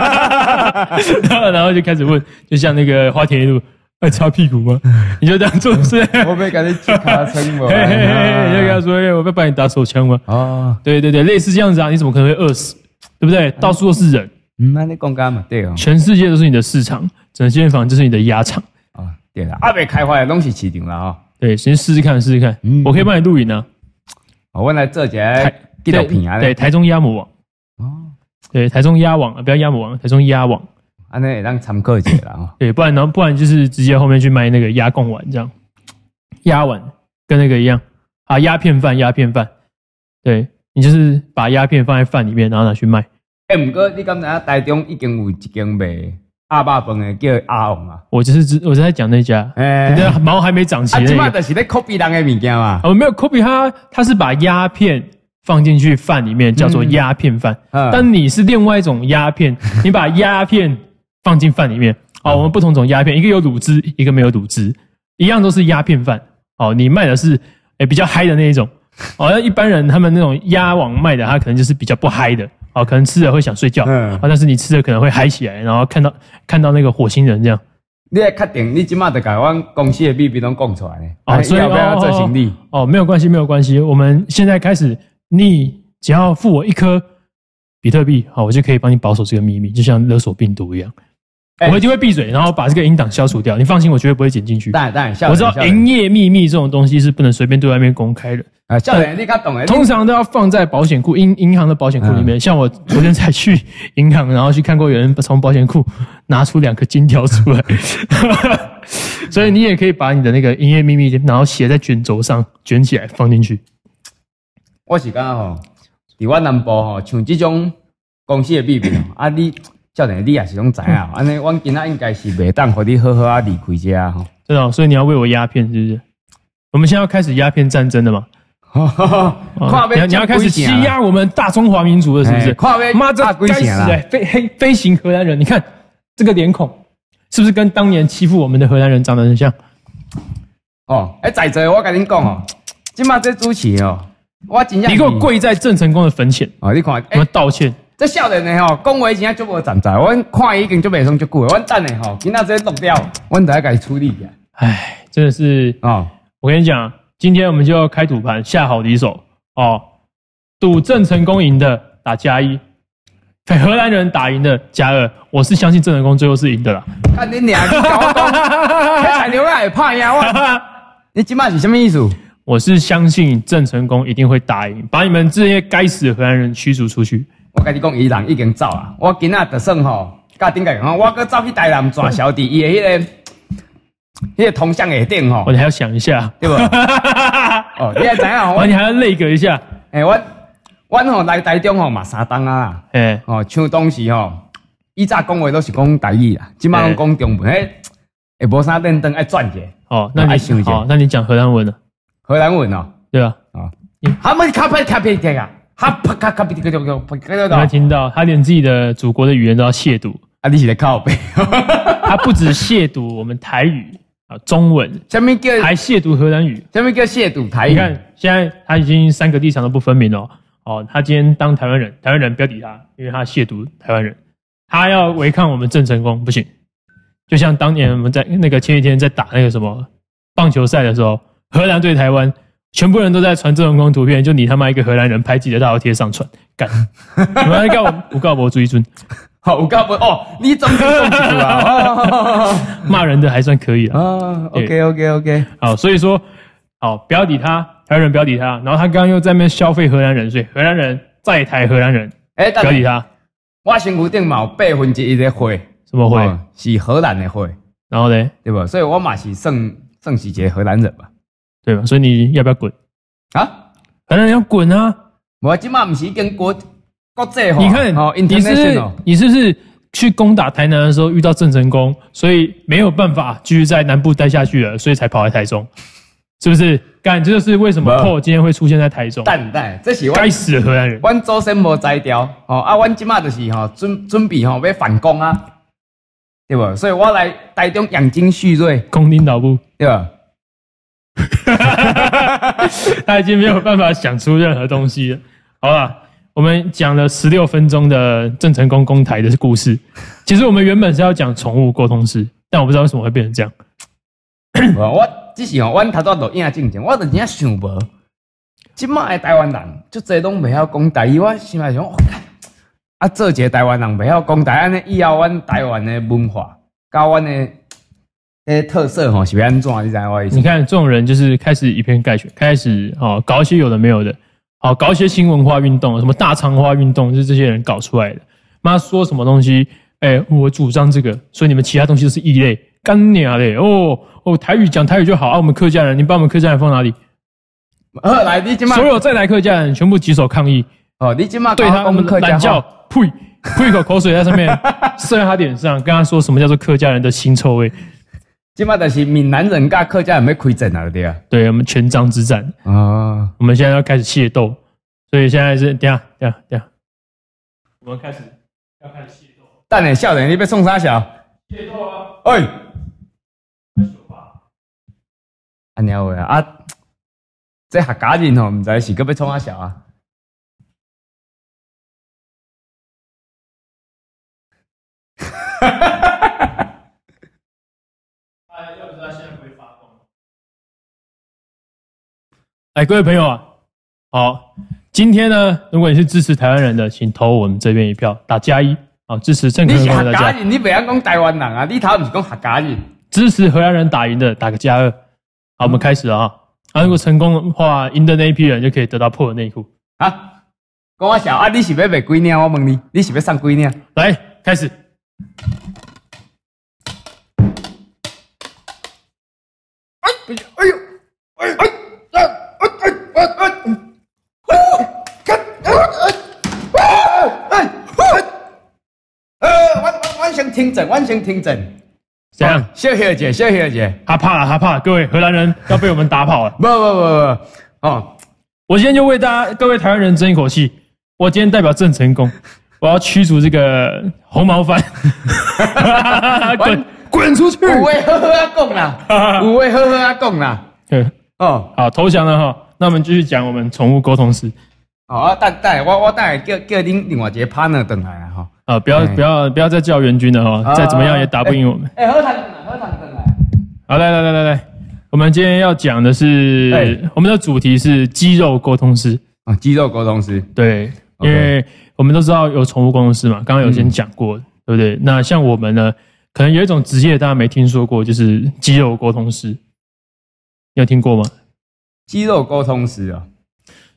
Speaker 1: 然后然后就开始问，就像那个花田一路，爱擦屁股吗？ 你就当做 是，嘿
Speaker 2: 我被家己去卡称无啊
Speaker 1: 嘿嘿嘿，你就跟他说，哎我要帮你打手枪吗？
Speaker 2: 哦，
Speaker 1: 对对对，类似这样子啊，你怎么可能会饿死？对不对？到处都是人，
Speaker 2: 嗯，安尼讲干嘛？对哦，
Speaker 1: 全世界都是你的市场，整间房就是你的鸭场。
Speaker 2: 哦，对啦，啊未开发的拢是市场啦哦吼。
Speaker 1: 对，先试试看，试试看，
Speaker 2: 嗯
Speaker 1: 我可以帮你录影啊。
Speaker 2: 哦，阮来做一个纪录片啊。
Speaker 1: 对，
Speaker 2: 对，
Speaker 1: 台中鸭母网。
Speaker 2: 哦，
Speaker 1: 对，台中鸭网，呃不要鸭母网，台中鸭网。
Speaker 2: 安尼会当参考一下啦哦吼。
Speaker 1: 对，不然然后不然就是直接后面去卖那个鸭贡丸这样，鸭丸跟那个一样啊，鸭片饭，鸭片饭。对你就是把鸭片放在饭里面，然后拿去卖。
Speaker 2: 诶，毋过你敢知影台中已经有一间卖鸭肉饭的叫阿王啊？
Speaker 1: 我就是只我是在讲那家，
Speaker 2: 诶，
Speaker 1: 那毛还没长齐
Speaker 2: 啊，即
Speaker 1: 那
Speaker 2: 摆
Speaker 1: 个。哦
Speaker 2: 就是咧 copy 人的物件嘛。
Speaker 1: 我没有 copy 它，它是把鸭片放进去饭里面，叫做鸭片饭。
Speaker 2: 嗯
Speaker 1: 但你是另外一种鸦 片，你把鸦片放进饭里面。
Speaker 2: 嗯
Speaker 1: 哦，我们不同种鸦片，一个有卤汁，一个没有卤汁，一样都是鸦片饭。哦，你卖的是诶比较嗨的那 一种。哦，那一般人他们那种鸭王卖的，他可能就是比较不嗨的。哦，可能吃了会想睡觉，
Speaker 2: 嗯
Speaker 1: 啊，但是你吃了可能会嗨起来，然后看到看到那个火星人这样。
Speaker 2: 你要确定，你即摆就甲阮公司的秘密拢讲出来呢。
Speaker 1: 哦，
Speaker 2: 啊
Speaker 1: 所以
Speaker 2: 以后不要做生意？
Speaker 1: 哦，没有关系，没有关系。我们现在开始，你只要付我一颗比特币，好，我就可以帮你保守这个秘密，就像勒索病毒一样。
Speaker 2: 哎
Speaker 1: 我一定会闭嘴，然后把这个音档消除掉。你放心，我绝对不会剪进去。
Speaker 2: 当然当然，笑
Speaker 1: 我
Speaker 2: 脸
Speaker 1: 知道
Speaker 2: 笑脸
Speaker 1: 营业秘密这种东西是不能随便对外面公开的，
Speaker 2: 啊，笑脸你较懂诶。
Speaker 1: 通常都要放在保险库银银行的保险库里面。像我昨天才去银行，然后去看过有人从保险库拿出两颗金条出来，所以你也可以把你的那个营业秘密，然后写在卷轴上卷起来放进去。
Speaker 2: 我是感觉吼，伫我南部吼，像即种公司的秘密吼，啊你少年你也是拢知影，安尼阮今仔应该是袂当互你好好啊离开遮吼。
Speaker 1: 真的哦、所以你要为我鸦片，是不是？我们现在要开始鸦片战争了嘛？哦
Speaker 2: 看
Speaker 1: 你要你要开始欺压我们大中华民族了，是不是？
Speaker 2: 哎啊看要
Speaker 1: 妈这
Speaker 2: 大啊鬼
Speaker 1: 该死
Speaker 2: 行啦
Speaker 1: 哎、飞黑飞行荷兰人，你看这个脸孔，是不是跟当年欺负我们的荷兰人长得很像？
Speaker 2: 哦！哎，在座的我甲恁讲哦，即马这主持哦，我真正
Speaker 1: 你
Speaker 2: 是
Speaker 1: 给我跪在郑成功的坟前，
Speaker 2: 哦！你看，
Speaker 1: 我
Speaker 2: 哎
Speaker 1: 们，道歉。
Speaker 2: 这少年的吼，讲话真正足无站在，阮看伊已经足袂爽足久的，阮等下吼，今仔这录了，阮就要甲伊处理一下
Speaker 1: 哎，真的是，
Speaker 2: 哦。
Speaker 1: 我跟你讲，今天我们就要开赌盘，下好离手哦。赌郑成功赢的打加一，被荷兰人打赢的加二。我是相信郑成功最后是赢的啦。
Speaker 2: 看恁俩，你甲我讲，迄菜鸟仔会拍赢我？你即马是什么意思？
Speaker 1: 我是相信郑成功一定会打赢，把你们这些该死的荷兰人驱逐出去。
Speaker 2: 我甲你讲，伊人已经走啊！我今仔就算吼，甲顶个讲，我搁走去台南抓小弟伊的迄、个，迄个铜像下顶吼
Speaker 1: 我，你还要想一下，
Speaker 2: 对无？哦，你还知影吼？
Speaker 1: 完
Speaker 2: 我
Speaker 1: 你还要内阁一下。
Speaker 2: 诶、我我吼来台中吼嘛三冬啊啦，
Speaker 1: 哎，
Speaker 2: 吼像当时吼，以早讲话都是讲台语啦，即摆拢讲中文，诶、会无啥认真爱转者，
Speaker 1: 哦，那
Speaker 2: 我还想
Speaker 1: 你
Speaker 2: 一下
Speaker 1: 好，那你讲荷兰文了，
Speaker 2: 荷兰文哦，
Speaker 1: 对吧？
Speaker 2: 啊，他们卡片卡片听啊，哈啪咔咔哔哩咔嚓咔咔咔
Speaker 1: 有没有
Speaker 2: 咔，
Speaker 1: 听到？他连自己的祖国的语言都要亵渎，
Speaker 2: 啊，你是在靠背，
Speaker 1: 他不止亵渎我们台语啊，中文，
Speaker 2: 下面叫
Speaker 1: 还亵渎荷兰语。
Speaker 2: 下面叫亵渎台语
Speaker 1: 你，看，现在他已经三个立场都不分明了。哦，他今天当台湾人，台湾人不要理他，因为他亵渎台湾人，他要违抗我们郑成功，不行。就像当年我们在那个前几天在打那个什么棒球赛的时候，荷兰对台湾，全部人都在传郑成功图片，就你他妈一个荷兰人拍自己的大头贴上传，干！你们告我，我告我追尊，
Speaker 2: 好，我告不哦，你总是中几组啊？
Speaker 1: 骂人的还算可以啊。
Speaker 2: 啊，OK OK OK，
Speaker 1: 好，所以说，好，不要理他，台湾人不要理他。然后他刚刚又在那边消费荷兰人，所以荷兰人再抬荷兰人，
Speaker 2: 哎，
Speaker 1: 不
Speaker 2: 但
Speaker 1: 要理
Speaker 2: 是
Speaker 1: 他。
Speaker 2: 我身躯顶嘛有八分之一的会，
Speaker 1: 什么会？
Speaker 2: 哦是荷兰的会，
Speaker 1: 然后嘞，
Speaker 2: 对不？所以我嘛是算算是一个荷兰人吧？
Speaker 1: 对吧？所以你要不要滚？
Speaker 2: 啊？
Speaker 1: 荷兰人要滚啊！
Speaker 2: 我即马毋是已经国国际化，
Speaker 1: 你看，
Speaker 2: 哦
Speaker 1: 你是不是
Speaker 2: ，international，
Speaker 1: 你是不是去攻打台南的时候遇到郑成功，所以没有办法继续在南部待下去了，所以才跑来台中，是不是？干，这就是为什么
Speaker 2: 没有
Speaker 1: PO 今天会出现在台中。
Speaker 2: 等等，这是我
Speaker 1: 该死的荷兰人！
Speaker 2: 阮祖先无才调，吼、啊，阮即马就是吼、准准备吼、要反攻啊，对无？所以我来台中养精蓄锐，
Speaker 1: 空丁导部，
Speaker 2: 对无？
Speaker 1: 他已经没有办法想出任何东西了。好了，我们讲了十六分钟的郑成功攻台的故事。其实我们原本是要讲宠物沟通师，但我不知道为什么会变成这样。
Speaker 2: 无我只是吼、阮头拄录影进前，我就真正想无，即马的台湾人，足侪拢袂晓讲台语，我心内想，哦啊，做一个台湾人袂晓讲台，安尼以后阮台湾的文化，甲阮的诶特色吼、是要安怎？你知我意思
Speaker 1: 你？看这种人就是开始以偏概全，开始哦搞一些有的没有的，哦搞一些新文化运动，什么大肠花运动，就是这些人搞出来的。妈说什么东西？哎、我主张这个，所以你们其他东西都是异类，干娘嘞！哦哦，台语讲台语就好啊，我们客家人，你把我们客家人放哪里？
Speaker 2: 好，来，你即马
Speaker 1: 所有再来客家人全部举手抗议，
Speaker 2: 哦，你即马
Speaker 1: 对他我们
Speaker 2: 讲客家
Speaker 1: 懒觉
Speaker 2: 话，
Speaker 1: 呸，吐一口口水在 上面，射在他脸上，跟他说什么叫做客家人的腥臭味。
Speaker 2: 即马就是闽南人甲客家人要开战啊，对啊。
Speaker 1: 对我们全章之战，
Speaker 2: 啊，
Speaker 1: 我们现在要开始械斗，所以现在是等一下等一下等一下，我们开始要开始械斗，
Speaker 2: 等下少年，你要创啥小？
Speaker 1: 械斗啊！
Speaker 2: 哎，安尼话啊，啊，这客家人吼，毋知是搁要创啥小啊？
Speaker 1: 哎，各位朋友啊，好，今天呢，如果你是支持台湾人的，请投我们这边一票，打加一，好支持郑
Speaker 2: 你
Speaker 1: 成
Speaker 2: 是
Speaker 1: 功
Speaker 2: 客
Speaker 1: 的
Speaker 2: 家
Speaker 1: 大家，
Speaker 2: 人，你袂晓讲台湾人啊？你头毋是讲客家人？
Speaker 1: 支持荷兰人打赢的打个加二。好，我们开始了啊！啊，如果成功的话，赢的那一批人就可以得到破的内裤。
Speaker 2: 啊，讲我小啊，你是要卖几领？我问你，你是要送几领？
Speaker 1: 来，开始。
Speaker 2: 哎呦，哎哎哎哎哎哎哎！哎呃先听诊，我先听诊。哦
Speaker 1: 怎样？
Speaker 2: 小小姐，小小姐，
Speaker 1: 他怕了，他怕了！各位荷兰人要被我们打跑了。
Speaker 2: 不不不不， 哦，
Speaker 1: 我今天就为大家各位台湾人争一口气。我今天代表郑成 功，我要驱逐这个红毛番。滚滚出去！
Speaker 2: 有话好好啊讲啦， 有话好好啊讲啦。
Speaker 1: 对，
Speaker 2: 哦，
Speaker 1: 好，投降了哈。那我们继续讲我们宠物沟通师
Speaker 2: 哦，啊，等等下，我我等下叫叫恁另外一个 partner 回来啊，吼。
Speaker 1: 啊，不要
Speaker 2: 哎
Speaker 1: 不要不要再叫援军了哈，
Speaker 2: 啊
Speaker 1: 再怎么样也打不赢我们。
Speaker 2: 哎，好谈回来，好谈回来。
Speaker 1: 好，来来来来来，我们今天要讲的是
Speaker 2: 哎，
Speaker 1: 我们的主题是肌肉沟通师。
Speaker 2: 哦，肌肉沟通师，
Speaker 1: 对，因
Speaker 2: OK
Speaker 1: 为我们都知道有宠物沟通师嘛，刚刚有先讲过，对不对？那像我们呢，可能有一种职业大家没听说过，就是肌肉沟通师，你有听过吗？
Speaker 2: 肌肉沟通师哦。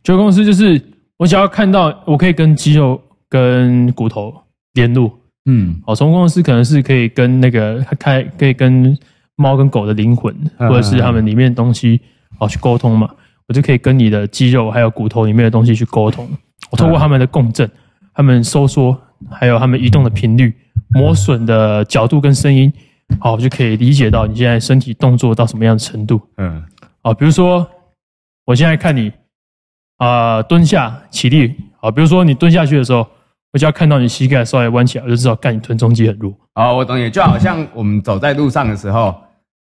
Speaker 1: 肌肉沟通师就是我只要看到我可以跟肌肉跟骨头联络，
Speaker 2: 嗯，
Speaker 1: 哦，宠物沟通师可能是可以跟那个开可以跟猫跟狗的灵魂，
Speaker 2: 嗯
Speaker 1: 或者是它们里面的东西哦去沟通嘛，我就可以跟你的肌肉还有骨头里面的东西去沟通。我通过它们的共振、它们收缩，还有它们移动的频率、磨损的角度跟声音，好、我就可以理解到你现在身体动作到什么样的程度。
Speaker 2: 嗯，
Speaker 1: 啊哦，比如说我现在看你啊、呃蹲下起立，啊，比如说你蹲下去的时候，我只要看到你膝盖稍微弯起来，我就知道干你臀中肌很弱。
Speaker 2: 哦，我懂你，就好像我们走在路上的时候，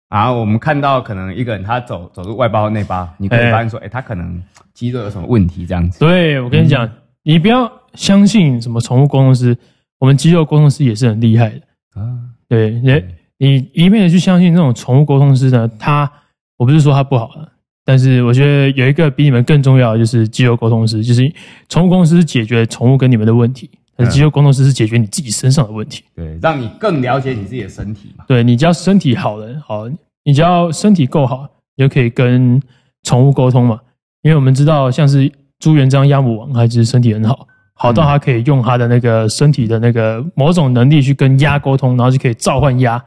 Speaker 2: 然后我们看到可能一个人他走走入外八或内八，你可以发现说，哎、他可能肌肉有什么问题这样子。
Speaker 1: 对我跟你讲，你不要相信什么宠物沟通师，我们肌肉沟通师也是很厉害的。
Speaker 2: 啊，
Speaker 1: 对，你你一昧的去相信那种宠物沟通师呢，他我不是说他不好啊，但是我觉得有一个比你们更重要的就是肌肉沟通师，就是宠物沟通师是解决宠物跟你们的问题，但是肌肉沟通师是解决你自己身上的问题。
Speaker 2: 对，让你更了解你自己的身体嘛。
Speaker 1: 对你只要身体好了，好，你只要身体够好，你就可以跟宠物沟通嘛。因为我们知道，像是朱元璋、鸭母王，他其实身体很好，好到他可以用他的那个身体的那个某种能力去跟鸭沟通，然后就可以召唤鸭。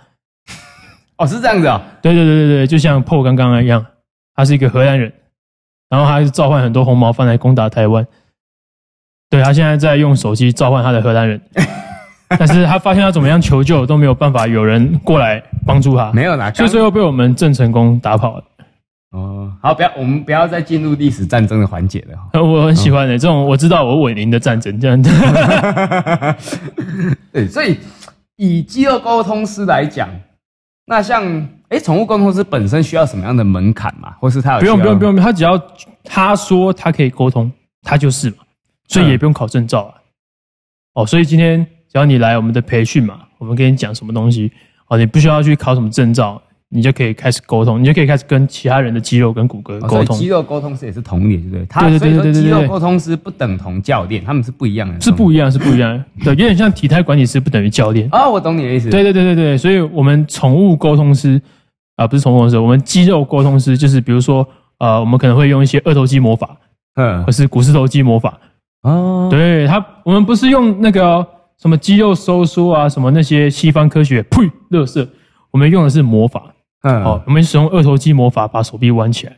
Speaker 2: 哦，是这样子哦。
Speaker 1: 对对对对对，就像 PO 刚刚一样，他是一个荷兰人，然后他是召唤很多红毛番来攻打台湾。对他现在在用手机召唤他的荷兰人，但是他发现他怎么样求救都没有办法有人过来帮助他，
Speaker 2: 没有啦，
Speaker 1: 所以
Speaker 2: 刚
Speaker 1: 最后被我们郑成功打跑了。
Speaker 2: 哦，好，不要，我们不要再进入历史战争的环节了哦。
Speaker 1: 我很喜欢欸的、这种，我知道我稳赢的战争 这样子。
Speaker 2: 对，所以以肌肉沟通师来讲，那像哎，宠物沟通师本身需要什么样的门槛嘛？或是他有
Speaker 1: 不用
Speaker 2: 需
Speaker 1: 不
Speaker 2: 要
Speaker 1: 用不用，他只要他说他可以沟通，他就是嘛，所以也不用考证照啊。
Speaker 2: 嗯
Speaker 1: 哦，所以今天只要你来我们的培训嘛，我们跟你讲什么东西，哦，你不需要去考什么证照，你就可以开始沟通，你就可以开始跟其他人的肌肉跟骨骼
Speaker 2: 哦
Speaker 1: 沟
Speaker 2: 所以
Speaker 1: 通
Speaker 2: 肌，肉沟通师也是同理，对不对？他
Speaker 1: 对对对
Speaker 2: 所以
Speaker 1: 对
Speaker 2: 说
Speaker 1: 对对
Speaker 2: 肌肉
Speaker 1: 对
Speaker 2: 沟通师不等同教练，他们是不一样的，
Speaker 1: 是不一样，是不一样的，对，有点像体态管理师不等于教练。
Speaker 2: 哦，我懂你的意思。
Speaker 1: 对对对对对，所以我们宠物沟通师啊、不是宠物沟通师，我们肌肉沟通师就是比如说呃，我们可能会用一些二头肌魔法，
Speaker 2: 嗯
Speaker 1: 或，是股四头肌魔法，
Speaker 2: 哦，
Speaker 1: 对他，我们不是用那个哦、什么肌肉收缩啊，什么那些西方科学，呸，乐色，我们用的是魔法。
Speaker 2: 嗯，
Speaker 1: 哦，我们使用二头肌魔法把手臂弯起来，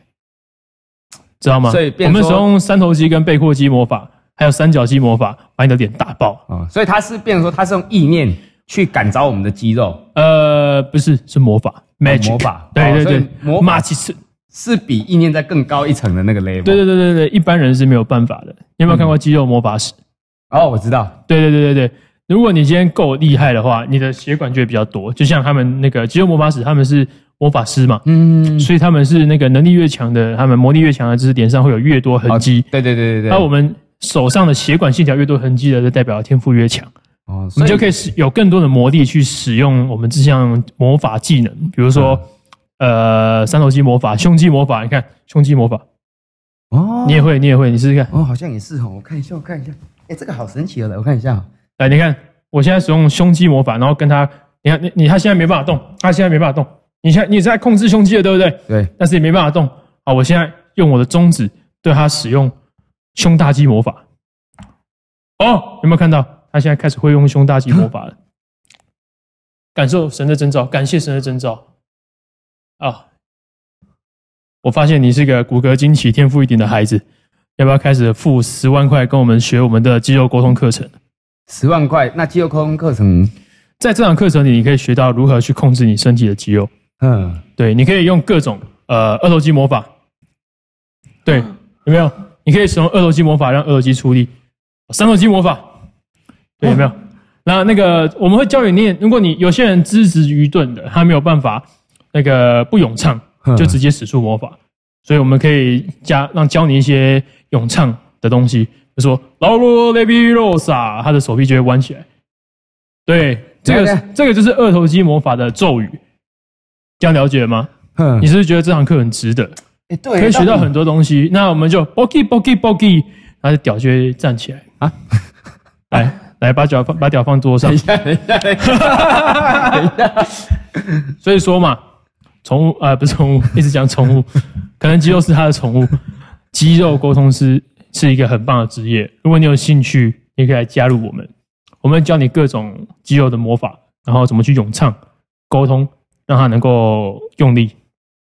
Speaker 1: 知道吗？
Speaker 2: 所以
Speaker 1: 我
Speaker 2: 变
Speaker 1: 们
Speaker 2: 说
Speaker 1: 使用三头肌跟背阔肌魔法，还有三角肌魔法，把你的脸打爆。
Speaker 2: 哦，所以他是变成说他是用意念去感召我们的肌肉，
Speaker 1: 呃，不是，是魔法，magic，、
Speaker 2: 魔法
Speaker 1: 对
Speaker 2: 哦
Speaker 1: 对
Speaker 2: 所以
Speaker 1: 对，
Speaker 2: 魔法
Speaker 1: 马奇斯，
Speaker 2: 是比意念再更高一层的那个 level。
Speaker 1: 对对对对对，一般人是没有办法的。你有没有看过肌肉魔法史？
Speaker 2: 哦，我知道，
Speaker 1: 对对对对对，如果你今天够厉害的话，你的血管就会比较多。就像他们那个肌肉魔法使，他们是魔法师嘛，
Speaker 2: 嗯，
Speaker 1: 所以他们是那个能力越强的，他们魔力越强的，就是脸上会有越多痕迹。
Speaker 2: 哦对对对对对。
Speaker 1: 那、我们手上的血管线条越多痕迹的，就代表天赋越强，
Speaker 2: 哦，
Speaker 1: 我
Speaker 2: 所
Speaker 1: 们
Speaker 2: 以
Speaker 1: 就可以使有更多的魔力去使用我们这项魔法技能，比如说。呃，三头肌魔法、胸肌魔法，你看胸肌魔法，
Speaker 2: 哦，
Speaker 1: 你也会，你也会，你试试看。
Speaker 2: 哦，好像也是哦，我看一下，我看一下，哎，这个好神奇哦，来我看一下哦，
Speaker 1: 来，你看，我现在使用胸肌魔法，然后跟他，你看，你你他现在没办法动，他现在没办法动，你现在你在控制胸肌了，对不对？
Speaker 2: 对，
Speaker 1: 但是也没办法动啊！我现在用我的中指对他使用胸大肌魔法。哦，有没有看到？他现在开始会用胸大肌魔法了。感受神的征兆，感谢神的征兆。啊，我发现你是个骨骼惊奇、天赋异禀的孩子，要不要开始付十万块跟我们学我们的肌肉沟通课程？
Speaker 2: 十万块，那肌肉沟通课程，
Speaker 1: 在这堂课程里，你可以学到如何去控制你身体的肌肉。
Speaker 2: 嗯，
Speaker 1: 对，你可以用各种呃二头肌魔法，对，有没有？你可以使用二头肌魔法让二头肌出力，三头肌魔法，对，有没有？那那个我们会教你念，如果你有些人资质愚钝的，他没有办法那个不咏唱，
Speaker 2: 嗯
Speaker 1: 就直接使出魔法，所以我们可以加让教你一些咏唱的东西，比如说劳罗雷比罗萨，他的手臂就会弯起来。对，这
Speaker 2: 了
Speaker 1: 个
Speaker 2: 解
Speaker 1: 这个就是二头肌魔法的咒语，这样了解吗？
Speaker 2: 哼
Speaker 1: 你，是不是觉得这堂课很值得，
Speaker 2: 嗯哎，对，
Speaker 1: 可以学到
Speaker 2: 底
Speaker 1: 很多东西？那我们就 bogi bogi bogi，然后屌就会站起来
Speaker 2: 啊
Speaker 1: 啊！来来，把脚放把屌放桌上
Speaker 2: 等一。下，等一下，等一下，等一下，
Speaker 1: 所以说嘛，宠物啊、呃不是宠物， 一直讲宠物，可能肌肉是他的宠物。肌肉沟通师是一个很棒的职业，如果你有兴趣，你可以来加入我们。我们教你各种肌肉的魔法，然后怎么去咏唱、沟通，让它能够用力。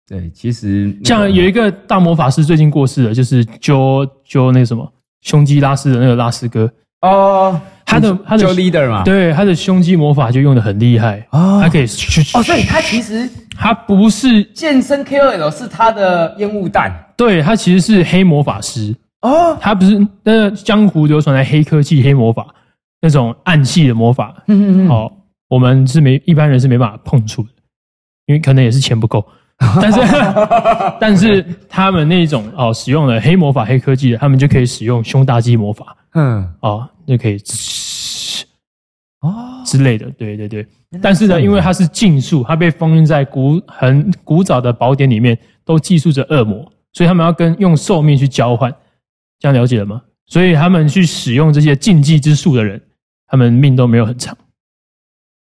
Speaker 2: 对，其实那
Speaker 1: 像
Speaker 2: 个
Speaker 1: 有一个大魔法师最近过世了，就是揪揪那个什么胸肌拉丝的那个拉丝哥，
Speaker 2: 哦，
Speaker 1: 他的他的
Speaker 2: 就 leader 嘛，
Speaker 1: 对他的胸肌魔法就用的很厉害，
Speaker 2: 啊
Speaker 1: 他，可以去
Speaker 2: 哦，所以他其实
Speaker 1: 他不是
Speaker 2: 健身 KOL 是他的烟雾弹，
Speaker 1: 对他其实是黑魔法师，
Speaker 2: 哦，
Speaker 1: 它不是那江湖流传的黑科技、黑魔法那种暗系的魔法，
Speaker 2: 嗯嗯嗯，
Speaker 1: 哦，我们是没一般人是没办法碰触的，因为可能也是钱不够。但是，但是他们那种哦使用了黑魔法、黑科技的，他们就可以使用胸大肌魔法
Speaker 2: 嗯，
Speaker 1: 哦，就可以之
Speaker 2: 哦，
Speaker 1: 类的。对对对。但是呢，
Speaker 2: 嗯
Speaker 1: 因为它是禁术，它被封印在古很古早的宝典里面，都记述着恶魔，所以他们要跟用寿命去交换，这样了解了吗？所以他们去使用这些禁忌之术的人，他们命都没有很长。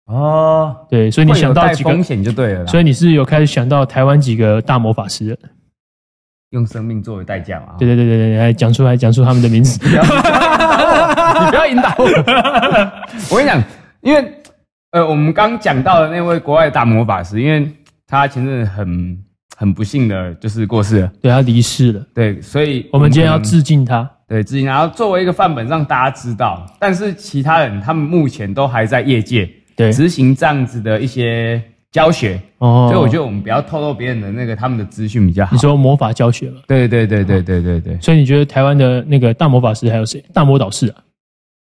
Speaker 2: 哦，
Speaker 1: 对，所以你
Speaker 2: 会有
Speaker 1: 想到
Speaker 2: 带
Speaker 1: 几个
Speaker 2: 风险就对了啦，
Speaker 1: 所以你是有开始想到台湾几个大魔法师了？
Speaker 2: 用生命作为代价嘛。
Speaker 1: 对对对对对，来讲出来，讲出他们的名字。
Speaker 2: 你不要引导我。 我跟你讲，因为呃，我们刚讲到的那位国外大魔法师，因为他前阵子很很不幸的就是过世了，
Speaker 1: 对他离世了，
Speaker 2: 对，所以
Speaker 1: 我们今天要
Speaker 2: 可能
Speaker 1: 致敬他。
Speaker 2: 对致敬，然后作为一个范本让大家知道，但是其他人他们目前都还在业界
Speaker 1: 对，
Speaker 2: 执行这样子的一些教学，
Speaker 1: 哦
Speaker 2: 所以我觉得我们不要透露别人的那个他们的资讯比较好
Speaker 1: 你。说魔法教学嘛，
Speaker 2: 对对对对对对对，
Speaker 1: 所以你觉得台湾的那个大魔法师还有谁？大魔导士啊？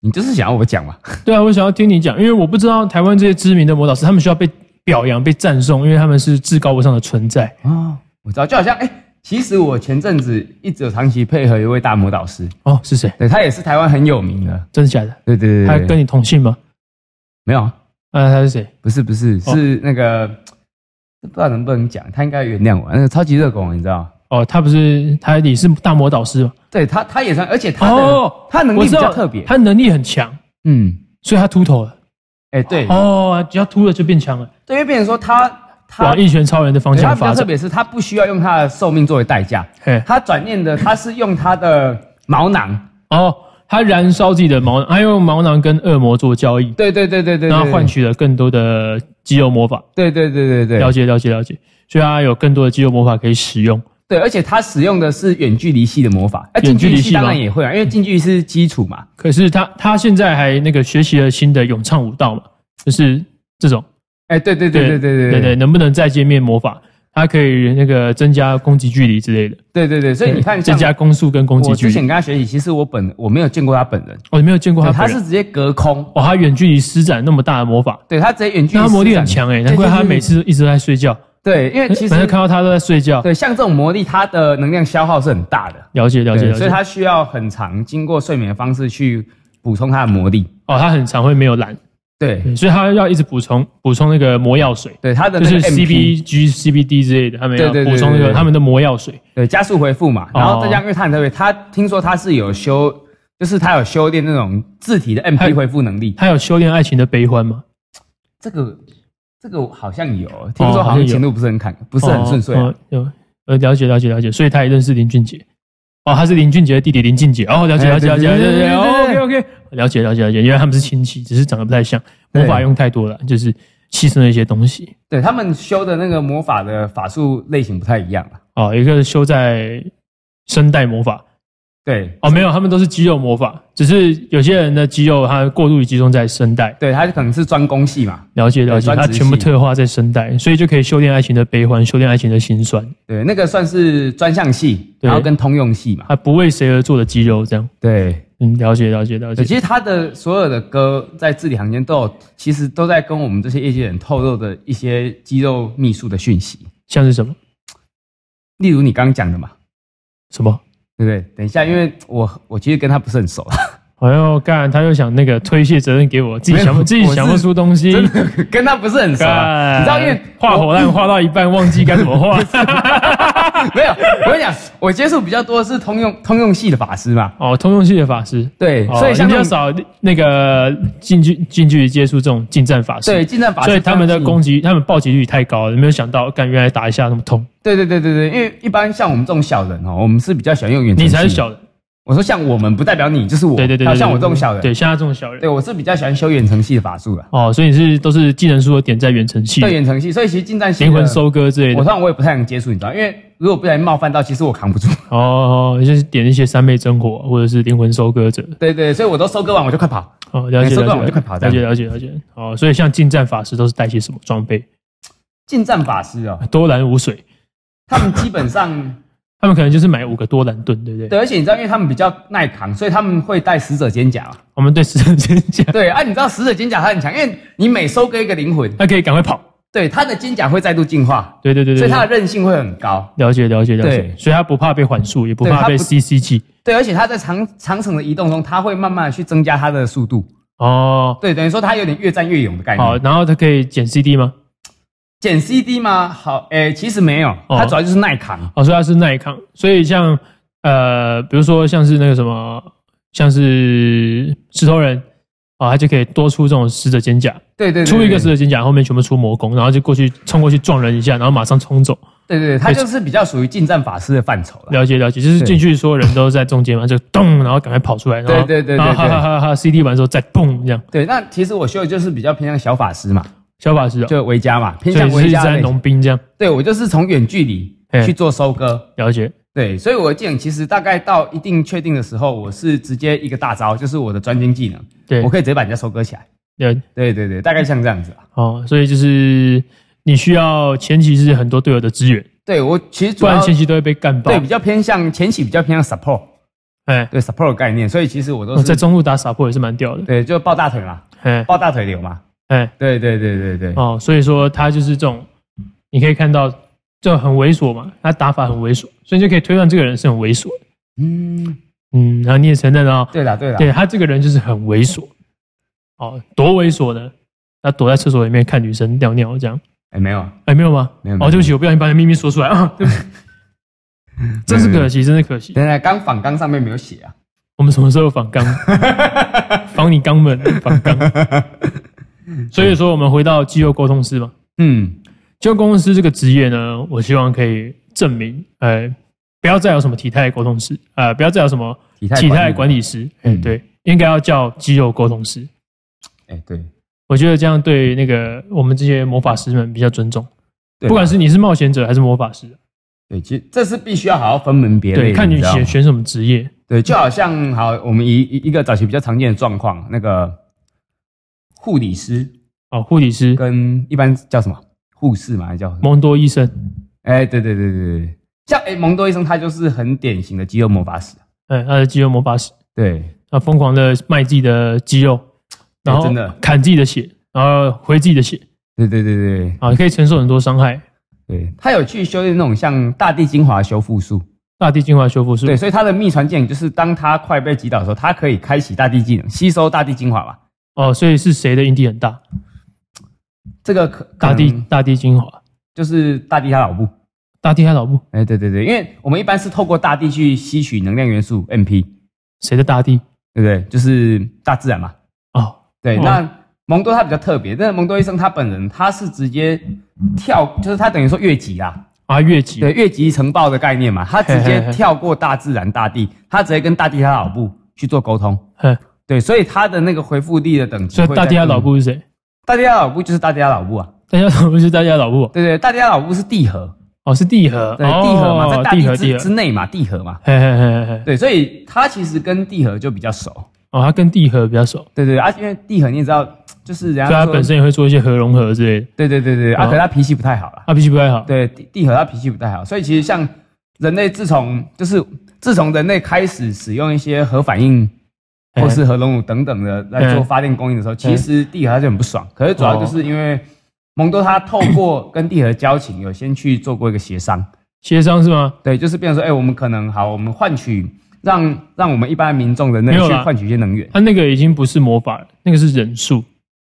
Speaker 2: 你就是想要我讲 嘛？
Speaker 1: 对啊，我想要听你讲，因为我不知道台湾这些知名的魔导师，他们需要被表扬、被赞颂，因为他们是至高无上的存在。
Speaker 2: 哦，我知道，就好像哎、其实我前阵子一直有长期配合一位大魔导师，
Speaker 1: 哦，是谁？
Speaker 2: 对他也是台湾很有名的。
Speaker 1: 真的假的？
Speaker 2: 对对
Speaker 1: 他
Speaker 2: 对对
Speaker 1: 跟你同姓吗？
Speaker 2: 没有，
Speaker 1: 啊，他是谁？
Speaker 2: 不是不是，
Speaker 1: 哦
Speaker 2: 是那个、不知道能不能讲，他应该原谅我。那个超级热狗，你知道？
Speaker 1: 哦，他不是他，你是大魔导师吗？
Speaker 2: 对他，他也算，而且他的、
Speaker 1: 哦
Speaker 2: 他能力
Speaker 1: 我
Speaker 2: 比
Speaker 1: 知
Speaker 2: 较
Speaker 1: 道
Speaker 2: 特别。
Speaker 1: 他能力很强，
Speaker 2: 嗯，
Speaker 1: 所以他秃头了。
Speaker 2: 哎、对、
Speaker 1: 哦，只要秃了就变强了，
Speaker 2: 对，因为变成说他他
Speaker 1: 往一拳超人的方
Speaker 2: 对他
Speaker 1: 向
Speaker 2: 比较
Speaker 1: 发
Speaker 2: 特
Speaker 1: 展。
Speaker 2: 别是，他不需要用他的寿命作为代价，
Speaker 1: 嘿，
Speaker 2: 他转念的他是用他的毛囊。
Speaker 1: 哦，他燃烧自己的毛囊，他用毛囊跟恶魔做交易，
Speaker 2: 对对对对对，
Speaker 1: 然后换
Speaker 2: 取。
Speaker 1: 取了更多的肌肉魔法。
Speaker 2: 对对对对对，
Speaker 1: 了解，了解，了解。所以他有更多的肌肉魔法可以使用。
Speaker 2: 对，而且他使用的是远距离系的魔法，哎、近距离系当然也会啊，因为近距离是基础嘛。
Speaker 1: 可是他他现在还那个学习了新的咏唱舞蹈嘛，就是这种。
Speaker 2: 哎、对对对对对
Speaker 1: 对
Speaker 2: 对对
Speaker 1: 能不能再见面魔法？它可以那个增加攻击距离之类的。
Speaker 2: 对对对，所以你看，
Speaker 1: 增加攻速跟攻击
Speaker 2: 我
Speaker 1: 距
Speaker 2: 之前
Speaker 1: 离。哦
Speaker 2: 跟他学习，其实我本我没有见过他本人，
Speaker 1: 我没有见过他
Speaker 2: 对
Speaker 1: 本
Speaker 2: 他
Speaker 1: 人，
Speaker 2: 是直接隔空，
Speaker 1: 哇，他远距离施展那么大的魔法，
Speaker 2: 对他直接远距离
Speaker 1: 那
Speaker 2: 施展。
Speaker 1: 他魔力很强哎、难怪他每次一直在睡觉。
Speaker 2: 对，因为其
Speaker 1: 反正
Speaker 2: 实
Speaker 1: 看到他都在睡觉。
Speaker 2: 对像这种魔力，它的能量消耗是很大的，
Speaker 1: 了解了解
Speaker 2: 对，
Speaker 1: 了
Speaker 2: 所以
Speaker 1: 解。
Speaker 2: 他需要很长经过睡眠的方式去补充他的魔力。
Speaker 1: 哦，他很常会没有蓝，
Speaker 2: 对
Speaker 1: 对所以他要一直补充补充那个魔药水，
Speaker 2: 对，他的
Speaker 1: 就
Speaker 2: 那个
Speaker 1: 是
Speaker 2: MP，
Speaker 1: CBG、CBD 之类的，他们要
Speaker 2: 对对对
Speaker 1: 补充那
Speaker 2: 对对
Speaker 1: 个
Speaker 2: 对
Speaker 1: 他们的魔药水。
Speaker 2: 对加速回复嘛，
Speaker 1: 哦
Speaker 2: 然后再加上因为他很特别，他听说他是有修，就是他有修炼那种字体的 MP 回复能力。
Speaker 1: 他有修炼爱情的悲欢吗？
Speaker 2: 这个这个好像有，哦听说好
Speaker 1: 好像
Speaker 2: 像
Speaker 1: 哦有
Speaker 2: 前路不是很坎，不是很顺遂啊、
Speaker 1: 哦，哦有呃了解了解了解，所以他也认识林俊杰。哦，他是林俊杰的弟弟林俊杰。哦，了解
Speaker 2: 哎
Speaker 1: 了解了解了
Speaker 2: 对
Speaker 1: 解
Speaker 2: 对
Speaker 1: 了
Speaker 2: 对
Speaker 1: 解。
Speaker 2: 对
Speaker 1: 哦
Speaker 2: 对
Speaker 1: ，OK OK，了解了解了解，因为他们是亲戚，只是长得不太像，魔法
Speaker 2: 对
Speaker 1: 用太多了，就是牺牲了一些东西。
Speaker 2: 对他们修的那个魔法的法术类型不太一样啊。
Speaker 1: 哦，一个修在声带魔法。
Speaker 2: 对
Speaker 1: 哦，没有，他们都是肌肉魔法，只是有些人的肌肉它过度集中在声带，
Speaker 2: 对，他可能是专攻系嘛。
Speaker 1: 了解了解，
Speaker 2: 专
Speaker 1: 它
Speaker 2: 职系
Speaker 1: 全部特化在声带，所以就可以修炼爱情的悲欢，修炼爱情的心酸，
Speaker 2: 对，那个算是专项系，
Speaker 1: 对
Speaker 2: 然后跟通用系嘛。
Speaker 1: 它不为谁而做的肌肉，这样，
Speaker 2: 对，
Speaker 1: 嗯，了解了解了
Speaker 2: 对
Speaker 1: 解，
Speaker 2: 其实他的所有的歌在字里行间都有，其实都在跟我们这些业界人透露的一些肌肉秘术的讯息，
Speaker 1: 像是什么
Speaker 2: 例如你刚刚讲的嘛，
Speaker 1: 什么，
Speaker 2: 对不对？等一下，因为我我其实跟他不是很熟 啊，
Speaker 1: 好像干，他又想那个推卸责任给我，自己
Speaker 2: 没有
Speaker 1: 想不自己
Speaker 2: 我是
Speaker 1: 想不出东西，
Speaker 2: 真的跟他不是很熟啊。
Speaker 1: 干，
Speaker 2: 你知道，因为
Speaker 1: 画火烂画到一半忘记该怎么画，
Speaker 2: 没有，我跟你讲，我接触比较多是通用通用系的法师嘛，
Speaker 1: 哦，通用系的法师。
Speaker 2: 对，
Speaker 1: 哦
Speaker 2: 所以像
Speaker 1: 你比
Speaker 2: 那
Speaker 1: 较
Speaker 2: 种
Speaker 1: 少那个近距近距离接触这种近战法师，
Speaker 2: 对近战法师，
Speaker 1: 所以他们的攻，击、他们暴击率太高了，没有想到，干原来打一下那么痛。
Speaker 2: 对对对对对，因为一般像我们这种小人哦，我们是比较喜欢用远程
Speaker 1: 你才是
Speaker 2: 系
Speaker 1: 小人，
Speaker 2: 我说像我们不代表你，就是我，
Speaker 1: 对对对对
Speaker 2: 还
Speaker 1: 对
Speaker 2: 有像我这种小人，
Speaker 1: 对，像他这种小人，
Speaker 2: 对，我是比较喜欢修远程系的法术的，
Speaker 1: 哦，所以你是都是技能书的点在远程系，
Speaker 2: 对远程系，所以其实近战系
Speaker 1: 嗯
Speaker 2: 的
Speaker 1: 灵魂，收割之类
Speaker 2: 我
Speaker 1: 的
Speaker 2: 通，常我也不太能接触，你知道，因为如果不小心冒犯到，其实我扛不住，
Speaker 1: 哦，就是点一些三昧真火或者是灵魂收割者，
Speaker 2: 对对，所以我都收割完我就快跑，
Speaker 1: 哦，了解
Speaker 2: 哎收
Speaker 1: 了
Speaker 2: 割完我
Speaker 1: 解
Speaker 2: 就快跑这
Speaker 1: 了解
Speaker 2: 样。
Speaker 1: 了解了解，哦，所以像近战法师都是带些什么装备？啊
Speaker 2: 近战法师哦，
Speaker 1: 多兰无水，
Speaker 2: 他们基本上
Speaker 1: 他们可能就是买五个多兰盾，对不对？
Speaker 2: 对，而且你知道，因为他们比较耐扛，所以他们会带死者肩胛嘛。
Speaker 1: 我们对死神先 讲，
Speaker 2: 对啊，你知道死者肩胛它很强，因为你每收割一个灵魂，
Speaker 1: 他可以赶快跑。
Speaker 2: 对它的肩胛会再度进化，
Speaker 1: 对对对对，
Speaker 2: 所以它
Speaker 1: 对
Speaker 2: 的韧性会很高。
Speaker 1: 了解了解了解
Speaker 2: 对，
Speaker 1: 所以他不怕被缓速，也不
Speaker 2: 对
Speaker 1: 怕
Speaker 2: 他
Speaker 1: 被
Speaker 2: 不
Speaker 1: CC 技。
Speaker 2: 对，而且它在长长程的移动中，它会慢慢地去增加它的速度。
Speaker 1: 哦，
Speaker 2: 对，等于说它有点越战越勇的概
Speaker 1: 好，
Speaker 2: 念。
Speaker 1: 然后他可以捡 CD 吗？
Speaker 2: 减 CD 吗？好，诶、其实没有，
Speaker 1: 哦
Speaker 2: 它主要就是耐扛。
Speaker 1: 哦，所以它是耐抗。所以像呃，比如说像是那个什么，像是石头人啊，他就可以多出这种死者肩甲，
Speaker 2: 对对对
Speaker 1: 出一个
Speaker 2: 对
Speaker 1: 死者肩甲，后面全部出魔攻，然后就过去冲过去撞人一下，然后马上冲走。
Speaker 2: 对对对，它就是比较属于近战法师的范畴了。
Speaker 1: 了解了解，就是进去所有人都在中间嘛，就咚，然后赶快跑出来，然后
Speaker 2: 对对对对
Speaker 1: 然后哈
Speaker 2: 对
Speaker 1: 哈哈哈 CD 完之后再蹦这样。
Speaker 2: 对，那其实我修的就是比较偏向小法师嘛，
Speaker 1: 小法师哦，
Speaker 2: 就维家嘛，
Speaker 1: 所
Speaker 2: 偏
Speaker 1: 以
Speaker 2: 向
Speaker 1: 你是
Speaker 2: 维
Speaker 1: 一直
Speaker 2: 家
Speaker 1: 在
Speaker 2: 类型
Speaker 1: 农兵这样
Speaker 2: 对我就是从远距离
Speaker 1: 嘿
Speaker 2: 去做收割。
Speaker 1: 了解。
Speaker 2: 对，所以我的技能其实大概到一定确定的时候，我是直接一个大招，就是我的专精技能，
Speaker 1: 对
Speaker 2: 我可以直接把人家收割起来。
Speaker 1: 了
Speaker 2: 对对对，大概像这样子啊。
Speaker 1: 哦，所以就是你需要前期是很多队友的支援，
Speaker 2: 对我其实主
Speaker 1: 不然
Speaker 2: 要
Speaker 1: 前期都会被干爆
Speaker 2: 对。比较偏向前期比较偏向 support，
Speaker 1: 哎，
Speaker 2: 对 support 的概念，所以其实我都
Speaker 1: 哦在
Speaker 2: 是
Speaker 1: 中路打撒破也是蛮屌的。
Speaker 2: 对就抱大腿嘛，
Speaker 1: 哎
Speaker 2: 抱大腿流嘛。
Speaker 1: 哎
Speaker 2: 对对对对对，
Speaker 1: 哦，所以说他就是这种，你可以看到这很猥琐嘛，他打法很猥琐，所以你就可以推断这个人是很猥琐的。
Speaker 2: 嗯，
Speaker 1: 嗯，然后你也承认哦，
Speaker 2: 对啦对啦，啊
Speaker 1: 对他这个人就是很猥琐。哦，多猥琐呢？他躲在厕所里面看女生尿尿这样。
Speaker 2: 哎没有，
Speaker 1: 哎，没有吗？
Speaker 2: 没有没
Speaker 1: 哦，
Speaker 2: 有
Speaker 1: 对不起，我不小心把你的秘密说出来 啊，对不起，真是可惜，真是可惜。
Speaker 2: 等一下刚反刚上面没有写啊。
Speaker 1: 我们什么时候反刚？防你肛门，反刚。 所以说，我们回到肌肉沟通师嘛，
Speaker 2: 嗯，
Speaker 1: 肌肉沟通师这个职业呢，我希望可以证明，呃，不要再有什么体态沟通师，呃，不要再有什么
Speaker 2: 体态
Speaker 1: 体态管，理师，嗯，
Speaker 2: 嗯
Speaker 1: 对，应该要叫肌肉沟通师。
Speaker 2: 哎对，
Speaker 1: 我觉得这样对那个我们这些魔法师们比较尊重，
Speaker 2: 对啊
Speaker 1: 不管是你是冒险者还是魔法师，
Speaker 2: 对，其实这是必须要好好分门别类
Speaker 1: 对，
Speaker 2: 的，
Speaker 1: 看你
Speaker 2: 知道吗
Speaker 1: 选选什么职业，
Speaker 2: 对，就好像好，我们一一一个早期比较常见的状况，那个护理师
Speaker 1: 哦，护理师、
Speaker 2: 跟一般叫什么护士嘛，还叫什么
Speaker 1: 蒙多医生，
Speaker 2: 哎、对对对对对，像哎、蒙多医生他就是很典型的肌肉魔法师，啊
Speaker 1: 哎，他的肌肉魔法师，
Speaker 2: 对
Speaker 1: 啊，疯狂的卖自己的肌肉，然后
Speaker 2: 哎真的
Speaker 1: 砍自己的血，然后回自己的血，
Speaker 2: 对对对对
Speaker 1: 啊，可以承受很多伤害。
Speaker 2: 对，他有去修炼那种像大地精华修复术，
Speaker 1: 大地进化修复术，
Speaker 2: 对，所以他的秘传技能就是当他快被击倒的时候，他可以开启大地技能，吸收大地精华吧。
Speaker 1: 哦，所以是谁的印地很大？
Speaker 2: 这个可
Speaker 1: 大地
Speaker 2: 可能
Speaker 1: 大地精华，
Speaker 2: 就是大地他老部，
Speaker 1: 大地还老布，
Speaker 2: 哎、对对对，因为我们一般是透过大地去吸取能量元素 MP。
Speaker 1: 谁的大地？
Speaker 2: 对不对？就是大自然嘛。
Speaker 1: 哦，
Speaker 2: 对，
Speaker 1: 哦
Speaker 2: 那蒙多他比较特别，但是蒙多医生他本人他是直接跳，就是他等于说越级啦，
Speaker 1: 啊，越级，
Speaker 2: 对，越级呈报的概念嘛，他直
Speaker 1: 嘿
Speaker 2: 接
Speaker 1: 嘿嘿
Speaker 2: 跳过大自然大地，他直接跟大地他老部去做沟通。
Speaker 1: 嗯，
Speaker 2: 对，所以他的那个回复力的等级
Speaker 1: 所
Speaker 2: 会
Speaker 1: 以
Speaker 2: 在，
Speaker 1: 大地还老布是谁？
Speaker 2: 大地他老部就是大地他老部啊，
Speaker 1: 大家老布是大家老布，
Speaker 2: 对对，大地他老部是地核，
Speaker 1: 哦，是地核，
Speaker 2: 对，地核嘛，
Speaker 1: 哦
Speaker 2: 在大
Speaker 1: 地核
Speaker 2: 地
Speaker 1: 地
Speaker 2: 之之
Speaker 1: 核，
Speaker 2: 内嘛，地核嘛，
Speaker 1: 嘿嘿嘿嘿嘿，
Speaker 2: 对，所以他其实跟地核就比较熟，
Speaker 1: 哦，他跟地核比较熟，所
Speaker 2: 对对，啊，因为地核你也知道，就是人
Speaker 1: 以
Speaker 2: 家
Speaker 1: 他
Speaker 2: 说
Speaker 1: 本身也会做一些核融合之类的，
Speaker 2: 对对对对，啊，
Speaker 1: 哦
Speaker 2: 可是他脾气不太好啦。
Speaker 1: 他脾气不太好，
Speaker 2: 对，地地核他脾气不太好，所以其实像人类自从就是自从人类开始使用一些核反应
Speaker 1: 嗯
Speaker 2: 或是核熔炉等等的来做
Speaker 1: 嗯
Speaker 2: 发电供应的时候，其实地核他就很不爽。可是主要
Speaker 1: 哦
Speaker 2: 就是因为蒙多他透过跟地核交情，有先去做过一个协商，
Speaker 1: 协商是吗？
Speaker 2: 对，就是变成说，哎、我们可能好，我们换取让让我们一般民众人类
Speaker 1: 没有
Speaker 2: 去
Speaker 1: 啦
Speaker 2: 换取一些能源
Speaker 1: 他那个已经不是魔法了，那个是忍术，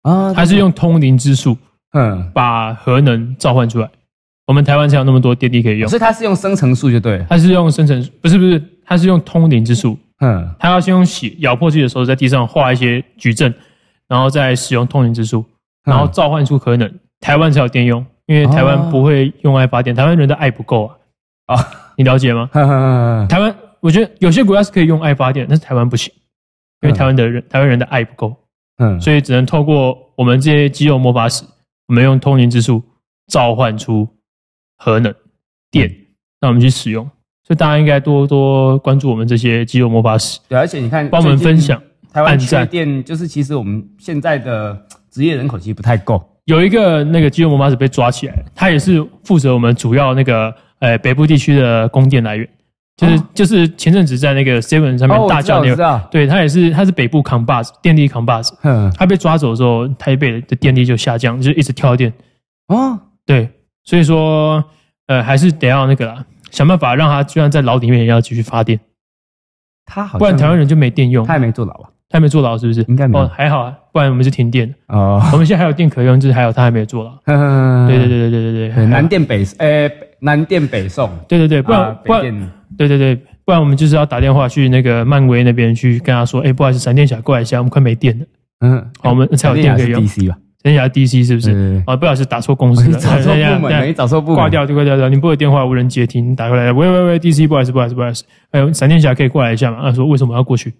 Speaker 2: 啊
Speaker 1: 他是用通灵之术
Speaker 2: 嗯，
Speaker 1: 把核能召唤出来。我们台湾才有那么多电力可以用
Speaker 2: 所，以他是用生成术就对了，
Speaker 1: 他是用生成不是不是，他是用通灵之术，
Speaker 2: 嗯，
Speaker 1: 他要先用血咬破自己的手指，在地上画一些矩阵，然后再使用通灵之术，
Speaker 2: 嗯
Speaker 1: 然后召唤出核能。台湾才有电用，因为台湾
Speaker 2: 哦
Speaker 1: 不会用爱发电，台湾人的爱不够啊，
Speaker 2: 啊，
Speaker 1: 你了解吗？
Speaker 2: 呵呵呵呵
Speaker 1: 台湾我觉得有些国家是可以用爱发电，但是台湾不行，因为
Speaker 2: 嗯
Speaker 1: 台湾的人台湾人的爱不够。
Speaker 2: 嗯，
Speaker 1: 所以只能透过我们这些肌肉魔法使，我们用通灵之术召唤出核能电，
Speaker 2: 嗯
Speaker 1: 让我们去使用。所以大家应该多多关注我们这些肌肉魔法使，
Speaker 2: 对，而且你看，
Speaker 1: 帮我们
Speaker 2: 最近
Speaker 1: 分享。
Speaker 2: 台湾
Speaker 1: 按赞
Speaker 2: 缺电，就是其实我们现在的职业人口其实不太够。
Speaker 1: 有一个那个肌肉魔法使被抓起来，他也是负责我们主要那个呃北部地区的供电来源，就是、就是前阵子在那个 Seven 上
Speaker 2: 哦，
Speaker 1: 面
Speaker 2: 我
Speaker 1: 大
Speaker 2: 知道，
Speaker 1: 叫
Speaker 2: 我
Speaker 1: 那
Speaker 2: 知
Speaker 1: 个，
Speaker 2: 道，
Speaker 1: 对他也是他是北部扛把子电力扛把子，
Speaker 2: 哼，
Speaker 1: 他被抓走的时候，台北的电力就下降，就是一直跳电。
Speaker 2: 哦，
Speaker 1: 对，所以说呃还是得要那个啦，想办法让他就算在牢里面也要继续发电，
Speaker 2: 他好像，
Speaker 1: 不然台湾人就没电用。
Speaker 2: 他也没坐牢吧？
Speaker 1: 他还没坐牢是不是？
Speaker 2: 应该没有
Speaker 1: 哦，还好啊，不然我们是停电。
Speaker 2: 哦，
Speaker 1: 我们现在还有电可用，就是还有他还没有坐牢。
Speaker 2: 对
Speaker 1: 对对对对对对对，
Speaker 2: 对，南电北，呃，南电北送，
Speaker 1: 对对对，不
Speaker 2: 啊
Speaker 1: 然不
Speaker 2: 北
Speaker 1: 然
Speaker 2: 电，
Speaker 1: 对对对，不然我们就是要打电话去那个漫威那边去跟他说，哎，不好意思，闪电侠过来一下，我们快没电了，
Speaker 2: 嗯，
Speaker 1: 好我们才有电可以
Speaker 2: 是嗯
Speaker 1: 用。
Speaker 2: DC 吧？
Speaker 1: 闪电侠 DC 是不
Speaker 2: 对
Speaker 1: 是？
Speaker 2: 对对
Speaker 1: 啊，不好意思，打错公司
Speaker 2: 你
Speaker 1: 了，哎
Speaker 2: 找错
Speaker 1: 等一下
Speaker 2: 部
Speaker 1: 等
Speaker 2: 门，
Speaker 1: 一
Speaker 2: 你
Speaker 1: 下
Speaker 2: 找错部门，
Speaker 1: 挂掉就挂掉，挂掉您拨的电话无人接听，你打过来，喂喂喂，DC，不好意思，不好意思，不好意思，哎呦，闪电侠可以过来一下吗？啊，说为什么要过去？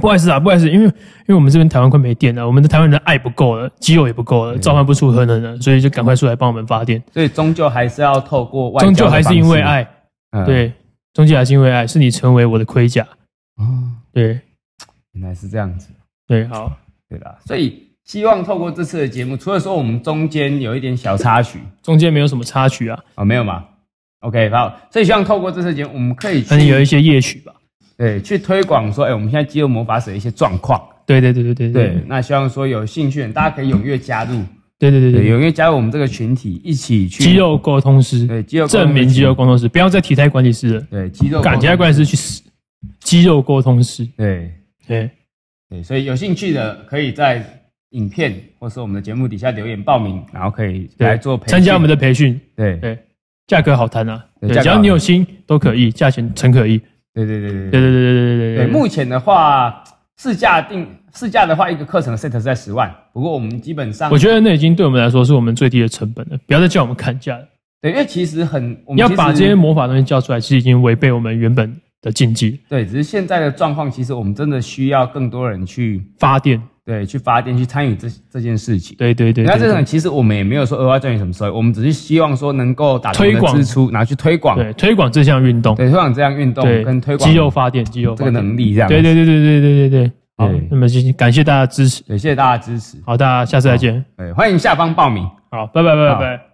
Speaker 1: 不好意思啊，不好意思，因为因为我们这边台湾快没电了，我们的台湾人的爱不够了，肌肉也不
Speaker 2: 嗯
Speaker 1: 够了，召唤不出核能了，所以就赶快出来帮我们发电。
Speaker 2: 所以终究还是要透过外交
Speaker 1: 终
Speaker 2: 的
Speaker 1: 究还是因为爱，
Speaker 2: 方式，嗯
Speaker 1: 对，终究还是因为爱，是你成为我的盔甲。
Speaker 2: 嗯，哦，
Speaker 1: 对
Speaker 2: 原来是这样子。
Speaker 1: 对，好，
Speaker 2: 对啦，所以希望透过这次的节目，除了说我们中间有一点小插曲
Speaker 1: 中间没有什么插曲啊，
Speaker 2: 哦，没有嘛？OK，好，所以希望透过这次的节目，我们可以
Speaker 1: 可嗯能有
Speaker 2: 去
Speaker 1: 一些夜曲吧。
Speaker 2: 对去推广说，哎、我们现在肌肉魔法使的一些状况。
Speaker 1: 对对对对对
Speaker 2: 对，那希望说有兴趣的人，大家可以踊跃加入，
Speaker 1: 对对对
Speaker 2: 对，
Speaker 1: 对，
Speaker 2: 踊跃加入我们这个群体，一起去
Speaker 1: 肌肉沟通师，
Speaker 2: 对肌肉沟通
Speaker 1: 证明肌肉沟通师，不要再提太管理师了。
Speaker 2: 对肌肉
Speaker 1: 感情
Speaker 2: 关
Speaker 1: 关系去死，肌肉沟通师。
Speaker 2: 对
Speaker 1: 对
Speaker 2: 对，所以有兴趣的可以在影片或是我们的节目底下留言报名，然后可以
Speaker 1: 对，
Speaker 2: 来做培
Speaker 1: 参加
Speaker 2: 训
Speaker 1: 我们的培训，
Speaker 2: 对对
Speaker 1: 对，价格好谈啊，
Speaker 2: 对
Speaker 1: 对，
Speaker 2: 价格
Speaker 1: 只要你有心都可以，价钱诚可以。
Speaker 2: 对对对对
Speaker 1: 对对对对对
Speaker 2: 对，
Speaker 1: 对对，
Speaker 2: 目前的话，市价定市价的话，一个课程 set 是在十万。不过我们基本上，
Speaker 1: 我觉得那已经对我们来说是我们最低的成本了，不要再叫我们砍价了。
Speaker 2: 对，因为其实很，我们
Speaker 1: 你要
Speaker 2: 其实
Speaker 1: 把这些魔法东西叫出来，其实已经违背我们原本的禁忌。
Speaker 2: 对，只是现在的状况，其实我们真的需要更多人去
Speaker 1: 发电，
Speaker 2: 对去发电，去参与这这件事情。
Speaker 1: 对对对，
Speaker 2: 那这
Speaker 1: 对
Speaker 2: 种其实我们也没有说额外赚取什么收益，我们只是希望说能够打从我们
Speaker 1: 推
Speaker 2: 的
Speaker 1: 广
Speaker 2: 支出，拿去推广，
Speaker 1: 对推广这项运动，
Speaker 2: 对推广这项运动
Speaker 1: 对
Speaker 2: 跟推广
Speaker 1: 肌肉发电，肌肉发
Speaker 2: 这个
Speaker 1: 电
Speaker 2: 能力这样。
Speaker 1: 对对对对对对对对。好
Speaker 2: 对，
Speaker 1: 那么就感谢大家的支持，
Speaker 2: 对，谢谢大家的支持，
Speaker 1: 好，大家下次再见，
Speaker 2: 对，欢迎下方报名。
Speaker 1: 好，拜拜拜
Speaker 2: 好
Speaker 1: 拜拜。